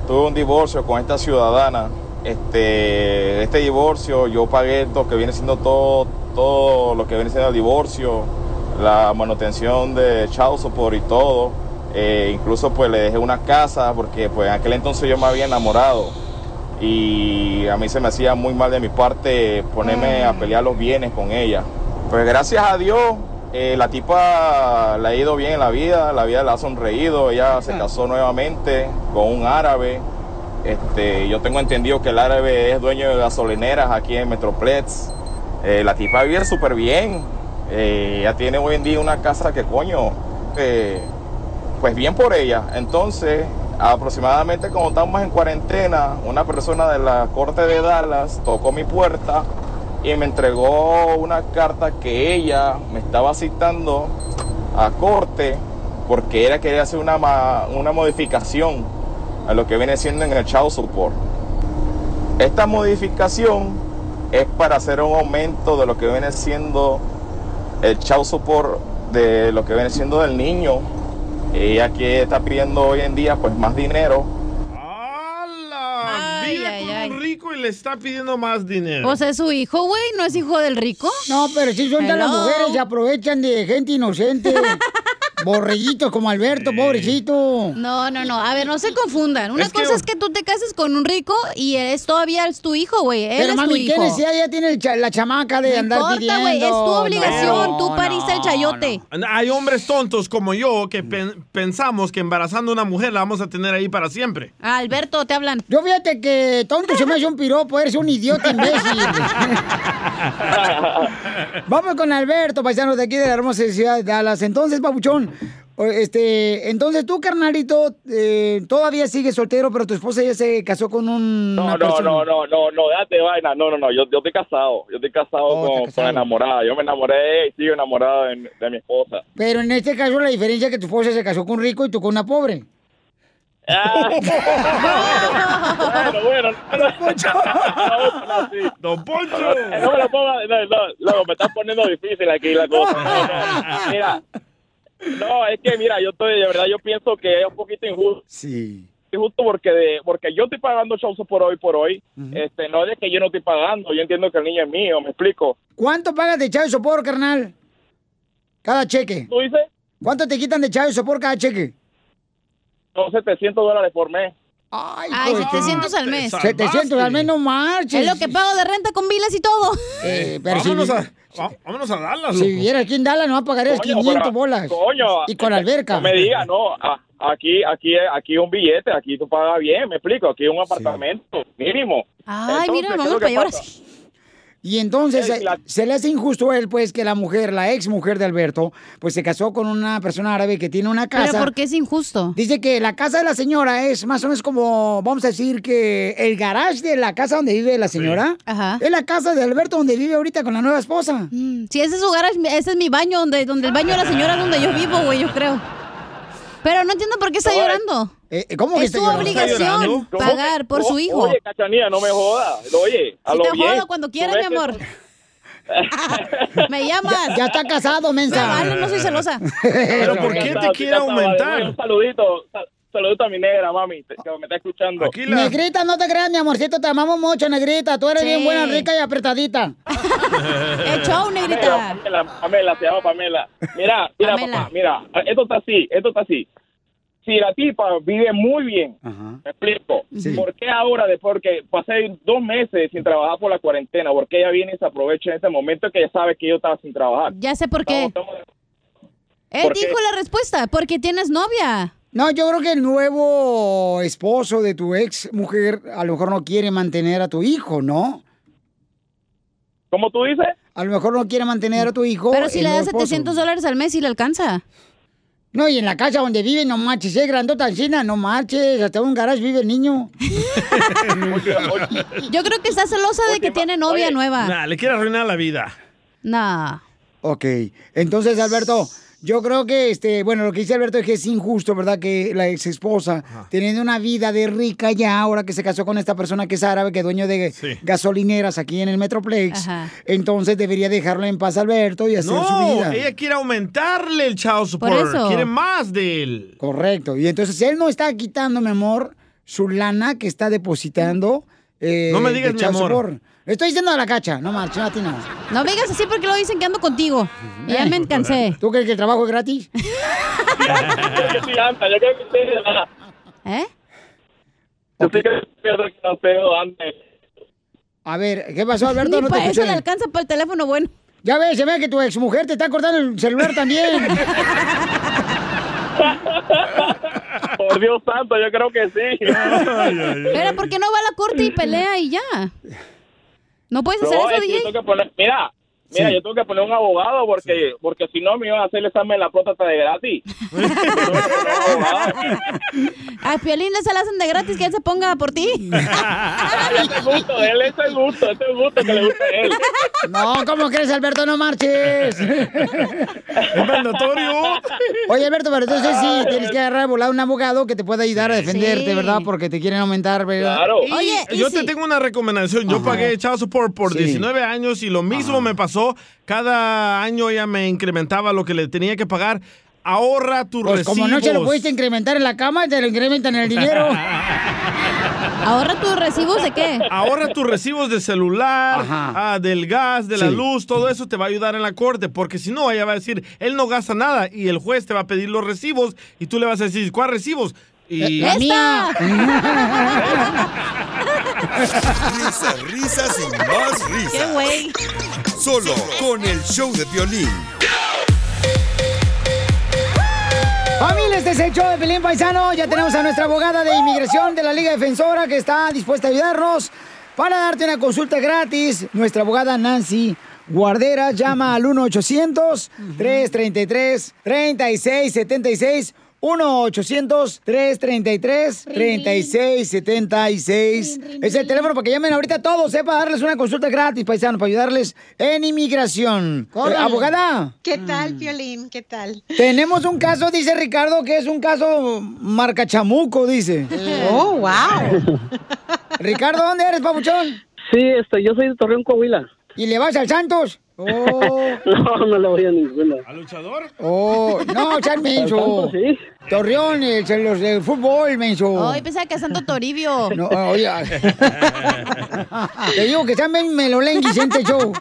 Speaker 25: tuve un divorcio con esta ciudadana este, este divorcio, yo pagué lo que viene siendo todo, todo lo que viene siendo el divorcio, la manutención de child support y todo. Eh, incluso pues le dejé una casa porque pues en aquel entonces yo me había enamorado y a mí se me hacía muy mal de mi parte ponerme a pelear los bienes con ella. Pues gracias a Dios, eh, la tipa le ha ido bien en la vida, la vida la ha sonreído, ella se casó nuevamente con un árabe. Este, yo tengo entendido que el árabe es dueño de gasolineras aquí en Metroplex. Eh, la tipa vive súper bien. Eh, ella tiene hoy en día una casa que coño. eh, pues bien por ella. Entonces, aproximadamente cuando estamos en cuarentena, una persona de la corte de Dallas tocó mi puerta y me entregó una carta que ella me estaba citando a corte porque ella quería hacer una, ma- una modificación a lo que viene siendo en el child support. Esta modificación es para hacer un aumento de lo que viene siendo el child support de lo que viene siendo del niño. Ella que está pidiendo hoy en día pues más dinero
Speaker 2: Vive con un rico y le está pidiendo más dinero.
Speaker 9: O sea, es su hijo, güey, no es hijo del rico.
Speaker 1: No, pero sí son de las mujeres se aprovechan de gente inocente. Borreguitos como Alberto, pobrecito.
Speaker 9: No, no, no. A ver, no se confundan. Una
Speaker 1: Es que-
Speaker 9: cosa es que tú te cases con un rico y es todavía es tu hijo, güey. Él
Speaker 1: Pero
Speaker 9: es tu
Speaker 1: mami, ¿qué
Speaker 9: hijo.
Speaker 1: necesidad ya tiene el cha- la chamaca de
Speaker 9: No
Speaker 1: andar
Speaker 9: importa,
Speaker 1: pidiendo?
Speaker 9: güey, es tu obligación, tú pariste el chayote.
Speaker 2: Hay hombres tontos como yo que pen- pensamos que embarazando a una mujer la vamos a tener ahí para siempre.
Speaker 9: Alberto, te hablan.
Speaker 1: Yo fíjate que tonto se me hace un piropo, eres un idiota imbécil. Vamos con Alberto, paisano de aquí de la hermosa ciudad de Dallas. Entonces, papuchón, o- este, entonces tú, carnalito, eh, todavía sigues soltero, pero tu esposa ya se casó con un.
Speaker 25: No, no, no, no, no, no, date vaina. No, no, no, yo, yo estoy casado. Yo estoy casado,
Speaker 1: Oh,
Speaker 25: con, con la enamorada. Yo me enamoré de ella y sigo enamorado de, de mi esposa.
Speaker 1: Pero en este caso la diferencia es que tu esposa se casó con un rico y tú con una pobre.
Speaker 25: Ah, bueno, bueno.
Speaker 2: Don Poncho.
Speaker 25: No, me lo ponga- no, no, loco, me estás poniendo difícil aquí la cosa. No, no. Mira, no, es que mira, yo estoy, de verdad, yo pienso que es un poquito injusto.
Speaker 1: Sí.
Speaker 25: Justo porque de, porque yo estoy pagando shows por hoy por hoy, este no es de que yo no estoy pagando, yo entiendo que el niño es mío, me explico.
Speaker 1: ¿Cuánto pagas de chavo sopor, carnal? Cada cheque.
Speaker 25: ¿Tú dices?
Speaker 1: ¿Cuánto te quitan de chavo sopor cada cheque?
Speaker 25: Son 700 dólares por mes.
Speaker 1: Ay,
Speaker 9: Ay,
Speaker 1: hijo de tu-
Speaker 9: 700 al
Speaker 2: Eh,
Speaker 9: mes.
Speaker 1: 700 al mes, no marches.
Speaker 9: Es lo que pago de renta con vilas y todo.
Speaker 1: Eh, pero si-
Speaker 2: vámonos, a, va- vámonos a Dallas,
Speaker 1: Si
Speaker 2: loco.
Speaker 1: viviera aquí en Dallas, no pagarías
Speaker 25: Coño,
Speaker 1: 500
Speaker 25: pero-
Speaker 1: bolas.
Speaker 25: Coño.
Speaker 1: Y con alberca.
Speaker 25: No me digas, no. a- Aquí, aquí, aquí un billete, aquí tú pagas bien, me explico. Aquí un apartamento mínimo.
Speaker 1: Ay, mira,
Speaker 25: ¿qué es
Speaker 1: vamos
Speaker 25: lo que
Speaker 1: para allá ahora
Speaker 25: pasa?
Speaker 1: Y entonces eh, se le hace injusto a él, pues, que la mujer, la ex mujer de Alberto, pues se casó con una persona árabe que tiene una casa.
Speaker 9: ¿por qué es injusto?
Speaker 1: Dice que la casa de la señora eh, es más o menos como, vamos a decir, que el garage de la casa donde vive la señora es la casa de Alberto donde vive ahorita con la nueva esposa.
Speaker 9: Si Mm, ese es su garage, ese es mi baño, donde, donde el baño de la señora es donde yo vivo, güey, yo creo. Pero no entiendo por qué está llorando.
Speaker 14: Eh,
Speaker 1: Eh, ¿Cómo
Speaker 9: es su obligación pagar por su hijo.
Speaker 25: Oye, cachanía, no me jodas. Oye, a
Speaker 9: Si
Speaker 25: lo
Speaker 9: te
Speaker 25: bien.
Speaker 9: jodo cuando quieras, mi amor. Me llamas.
Speaker 1: Ya, ya está casado, mensa.
Speaker 9: No, no soy celosa.
Speaker 2: Pero ¿por qué te quiere aumentar?
Speaker 25: Un saludito, sal- saludito a mi negra, mami, te- que me está escuchando.
Speaker 1: Negrita, no te creas, mi amorcito, te amamos mucho, Negrita. Tú eres
Speaker 25: Sí.
Speaker 1: bien buena, rica y apretadita.
Speaker 25: Pamela, Pamela, Pamela, se llama Pamela. Mira, mira, papá, mira, esto está así, esto está así. Si la tipa vive muy bien, me explico, ¿por qué ahora, después porque pasé dos meses sin trabajar por la cuarentena, por qué ella viene y se aprovecha en ese momento que ella sabe que yo estaba sin trabajar?
Speaker 9: Ya sé por qué. Él
Speaker 25: ¿Por qué?
Speaker 9: dijo la respuesta, porque tienes novia.
Speaker 1: No, yo creo que el nuevo esposo de tu ex mujer a lo mejor no quiere mantener a tu hijo, ¿no?
Speaker 25: ¿Cómo tú dices?
Speaker 1: A lo mejor no quiere mantener a tu hijo.
Speaker 9: Pero si
Speaker 1: el
Speaker 9: le das
Speaker 1: nuevo esposo.
Speaker 9: 700 dólares al mes y le alcanza.
Speaker 1: No, y en la casa donde vive, no marches, es grandota encina, no marches, hasta un garage vive el niño.
Speaker 9: Yo creo que está celosa de que tiene novia nueva.
Speaker 2: Nah, le quiere arruinar la vida.
Speaker 9: Nah.
Speaker 1: Ok, entonces Alberto, yo creo que, este, bueno, lo que dice Alberto es que es injusto, ¿verdad? Que la ex esposa, teniendo una vida de rica ya, ahora que se casó con esta persona que es árabe, que es dueño de gasolineras aquí en el Metroplex,
Speaker 2: Ajá.
Speaker 1: entonces debería dejarlo en paz Alberto y hacer su
Speaker 2: No,
Speaker 1: vida.
Speaker 2: ella quiere aumentarle el child support.
Speaker 1: eso.
Speaker 2: Quiere más de él.
Speaker 1: Correcto. Y entonces él no está quitando, mi amor, su lana que está depositando eh,
Speaker 2: No me digas,
Speaker 1: de
Speaker 2: mi
Speaker 1: child
Speaker 2: amor.
Speaker 1: support. Estoy diciendo a la cacha, no marcha, a ti no.
Speaker 9: No me digas así porque lo dicen que ando contigo. Y ya me cansé.
Speaker 1: ¿Tú crees que el trabajo es gratis?
Speaker 9: ¿Eh?
Speaker 29: Yo sé que pierdo que no pego hambre.
Speaker 1: A ver, ¿qué pasó, Alberto? No
Speaker 9: Ni
Speaker 1: te
Speaker 9: para Pues, eso
Speaker 1: escuché.
Speaker 9: le alcanza para el teléfono bueno.
Speaker 1: Ya ves, se ve que tu exmujer te está cortando el celular también.
Speaker 29: Por Dios santo, yo creo que sí.
Speaker 9: Pero ¿por qué no va a la corte y pelea y ya? ¿No puedes hacer
Speaker 29: No,
Speaker 9: eso,
Speaker 29: es que yo
Speaker 9: DJ?
Speaker 29: tengo que poner- mira, mira, yo tengo que poner un abogado porque, porque si no me iban a hacer el examen de la próstata de gratis.
Speaker 9: A Piolín le se la hacen de gratis que él se ponga por ti.
Speaker 29: Ese es gusto, él es el gusto, ese es el gusto que le gusta a él.
Speaker 1: No, ¿cómo crees, Alberto? No marches.
Speaker 2: Es mandatorio.
Speaker 1: Oye, Alberto, pero entonces sí, tienes que agarrar volado un abogado que te pueda ayudar a defenderte,
Speaker 2: Sí.
Speaker 1: ¿verdad? Porque te quieren aumentar, ¿verdad?
Speaker 2: Y yo te tengo una recomendación. Yo pagué child support por 19 años y lo mismo me pasó. Cada año ella me incrementaba lo que le tenía que pagar. Ahorra tu
Speaker 1: Pues como no se lo pudiste incrementar en la cama, te lo incrementan en el dinero.
Speaker 9: ¿Ahorra tus recibos de qué?
Speaker 2: Ahorra tus recibos de celular, ah, del gas, de la luz, todo eso te va a ayudar en la corte, porque si no, ella va a decir, él no gasta nada y el juez te va a pedir los recibos y tú le vas a decir, ¿cuál recibos? Y...
Speaker 1: ¡La mía!
Speaker 4: Risas, risas y más risas. ¡Qué güey! Solo con el show de violín.
Speaker 1: Familia, este es el show de Pelín Paisano. Ya tenemos a nuestra abogada de inmigración de la Liga Defensora que está dispuesta a ayudarnos para darte una consulta gratis. Nuestra abogada Nancy Guardera llama al 1-800-333-3676. 1-800-333-3676. Es el teléfono para que llamen ahorita todos, ¿eh? Para darles una consulta gratis, paisano, para ayudarles en inmigración. Eh,
Speaker 37: Órale.
Speaker 1: abogada. Mm.
Speaker 37: ¿Qué tal, Piolín? ¿Qué tal?
Speaker 1: Tenemos un caso, dice Ricardo, que es un caso marca chamuco, dice.
Speaker 37: Oh, wow.
Speaker 1: Ricardo, ¿dónde eres, papuchón?
Speaker 13: Sí, este, yo soy de Torreón, Coahuila.
Speaker 1: ¿Y le vas al Santos? Oh,
Speaker 13: No, no le voy a ninguna.
Speaker 1: oh, no, San Menso.
Speaker 13: Al Santos, sí.
Speaker 1: Torreón, el, los del fútbol, Menso.
Speaker 9: Ay, pensaba que a Santo Toribio.
Speaker 1: No, ah, oye. Te digo que San Ben Melolengui, gente show.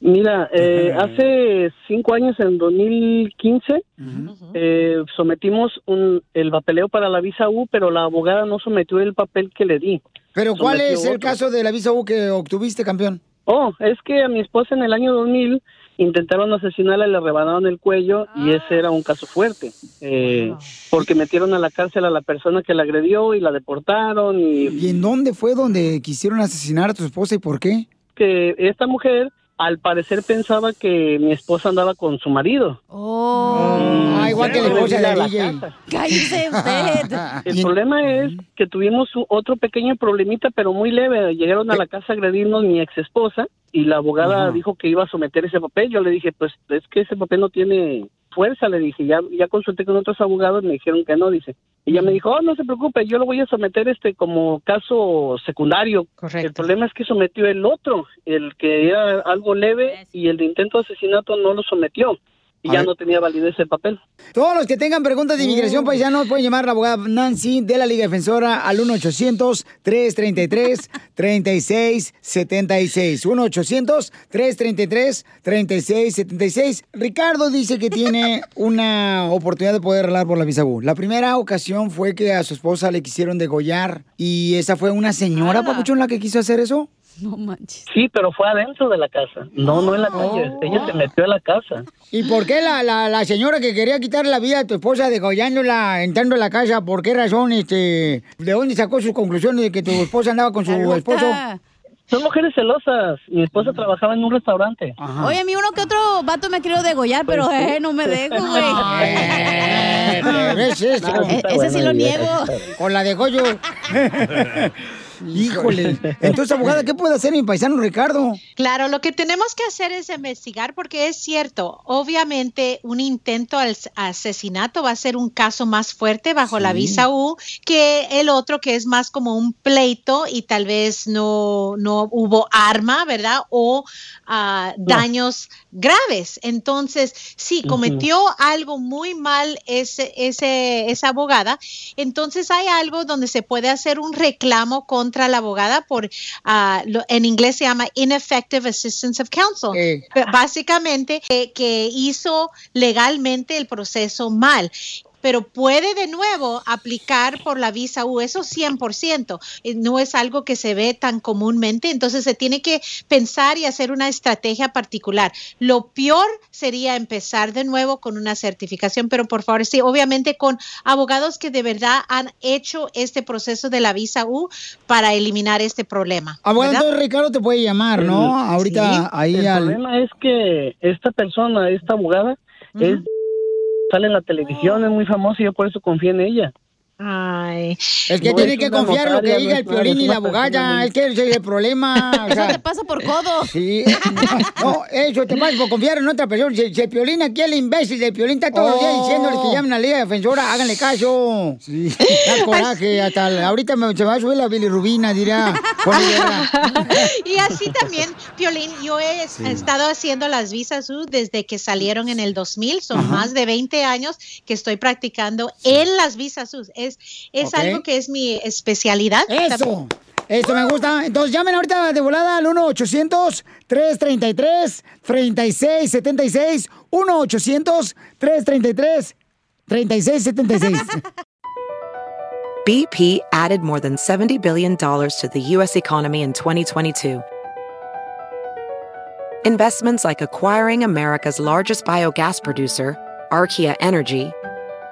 Speaker 13: Mira, eh, hace cinco años, en 2015, eh, sometimos un, el papeleo para la visa U, pero la abogada no sometió el papel que le di.
Speaker 1: Pero ¿cuál
Speaker 13: Sometió
Speaker 1: es el
Speaker 13: otro.
Speaker 1: caso de la visa U que obtuviste, campeón?
Speaker 13: Oh, es que a mi esposa en el año 2000 intentaron asesinarla, le rebanaron el cuello y ese era un caso fuerte, eh, porque metieron a la cárcel a la persona que la agredió y la deportaron y
Speaker 1: ¿Y en dónde fue donde quisieron asesinar a tu esposa y por qué?
Speaker 13: que esta mujer al parecer pensaba que mi esposa andaba con su marido.
Speaker 1: Ah, igual que la esposa de DJ.
Speaker 13: Cállese usted. El problema es que tuvimos u- otro pequeño problemita, pero muy leve. Llegaron a la casa a agredirnos mi ex esposa y la abogada
Speaker 21: Ajá.
Speaker 13: dijo que iba a someter ese papel. Yo le dije, pues es que ese papel no tiene fuerza, le dije. Ya, ya consulté con otros abogados, me dijeron que no, dice. Y ella me dijo, oh, no se preocupe, yo lo voy a someter este como caso secundario. El problema es que sometió el otro, el que era algo leve y el de intento de asesinato no lo sometió. Y
Speaker 1: A
Speaker 13: ya
Speaker 1: ver.
Speaker 13: no tenía validez el papel.
Speaker 1: Todos los que tengan preguntas de inmigración paisanos pueden llamar a la abogada Nancy de la Liga Defensora al 1-800-333-3676. 1-800-333-3676. Ricardo dice que tiene una oportunidad de poder hablar por la visa U. La primera ocasión fue que a su esposa le quisieron degollar y esa fue una señora, papuchón, la que quiso hacer eso.
Speaker 9: No manches. Oh.
Speaker 13: Sí, pero fue adentro de la casa. No, no en la calle. Ella se metió a la casa.
Speaker 1: ¿Y por qué la, la, la señora que quería quitar la vida a tu esposa degollándola, entrando a la casa, por qué razón, este, de dónde sacó sus conclusiones de que tu esposa andaba con su esposo?
Speaker 13: Son mujeres celosas. Mi esposa trabajaba en un restaurante.
Speaker 9: Oye, a mí uno que otro vato me ha querido degollar, pero eh, no me dejo, güey.
Speaker 1: ¿Ves esto?
Speaker 9: E- ese sí lo niego.
Speaker 1: Con la de Goyo. Híjole. Entonces, abogada, ¿qué puede hacer mi paisano Ricardo?
Speaker 37: Claro, lo que tenemos que hacer es investigar porque es cierto, obviamente un intento al asesinato va a ser un caso más fuerte bajo la
Speaker 38: Sí.
Speaker 37: visa U que el otro que es más como un pleito y tal vez no, no hubo arma, ¿verdad? O ah, daños graves. Entonces, sí,
Speaker 38: Ujú.
Speaker 37: cometió algo muy mal ese, ese, esa abogada. Entonces hay algo donde se puede hacer un reclamo contra la abogada por, ah, lo- en inglés se llama ineffective assistance of counsel. B- Básicamente, eh, que hizo legalmente el proceso mal pero puede de nuevo aplicar por la visa U, E eso 100%, Eh, no es algo que se ve tan comúnmente, entonces se tiene que pensar y hacer una estrategia particular. Lo peor sería empezar de nuevo con una certificación, pero por favor, sí, obviamente con abogados que de verdad han hecho este proceso de la visa U para eliminar este problema.
Speaker 1: Ah,
Speaker 39: Abogado,
Speaker 37: ¿verdad?
Speaker 39: entonces Ricardo te puede llamar, ¿no?
Speaker 37: Sí.
Speaker 39: Ahorita ahí
Speaker 13: El
Speaker 39: al...
Speaker 13: problema es que esta persona, esta abogada, es sale en la televisión, es muy famosa y yo por eso confío en ella.
Speaker 37: Ay.
Speaker 1: Es que
Speaker 13: No
Speaker 1: tiene
Speaker 13: es
Speaker 1: que
Speaker 13: una
Speaker 1: confiar lo que
Speaker 13: notaria,
Speaker 1: diga
Speaker 13: no es
Speaker 1: el
Speaker 13: una-
Speaker 1: piolín y
Speaker 13: es
Speaker 1: la
Speaker 13: una
Speaker 1: abogada.
Speaker 13: persona
Speaker 1: Es que ese es el problema.
Speaker 9: Eso te pasa por codo.
Speaker 1: Sí. No, eso te pasa por confiar en otra persona. Si, si el piolín aquí, el imbécil del piolín, está todos los días
Speaker 39: Oh.
Speaker 1: diciéndoles que llamen a la Liga Defensora, háganle caso. Sí. Da coraje. Hasta la- ahorita me- se va a subir la bilirrubina, dirá. Con ella.
Speaker 37: y así también, Piolín, yo he
Speaker 1: Sí.
Speaker 37: estado haciendo las visas U desde que salieron en el 2000, son más de 20 años que estoy practicando en las visas U. Es, es
Speaker 1: Ok.
Speaker 37: algo que es mi especialidad.
Speaker 1: Eso.
Speaker 39: Eso me gusta. Entonces llamen ahorita de volada al 1-800-333-3676. 1-800-333-3676.
Speaker 27: BP added more than $70 billion to the U.S. economy in 2022. Investments like acquiring America's largest biogas producer, Archaea Energy,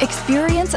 Speaker 20: Experience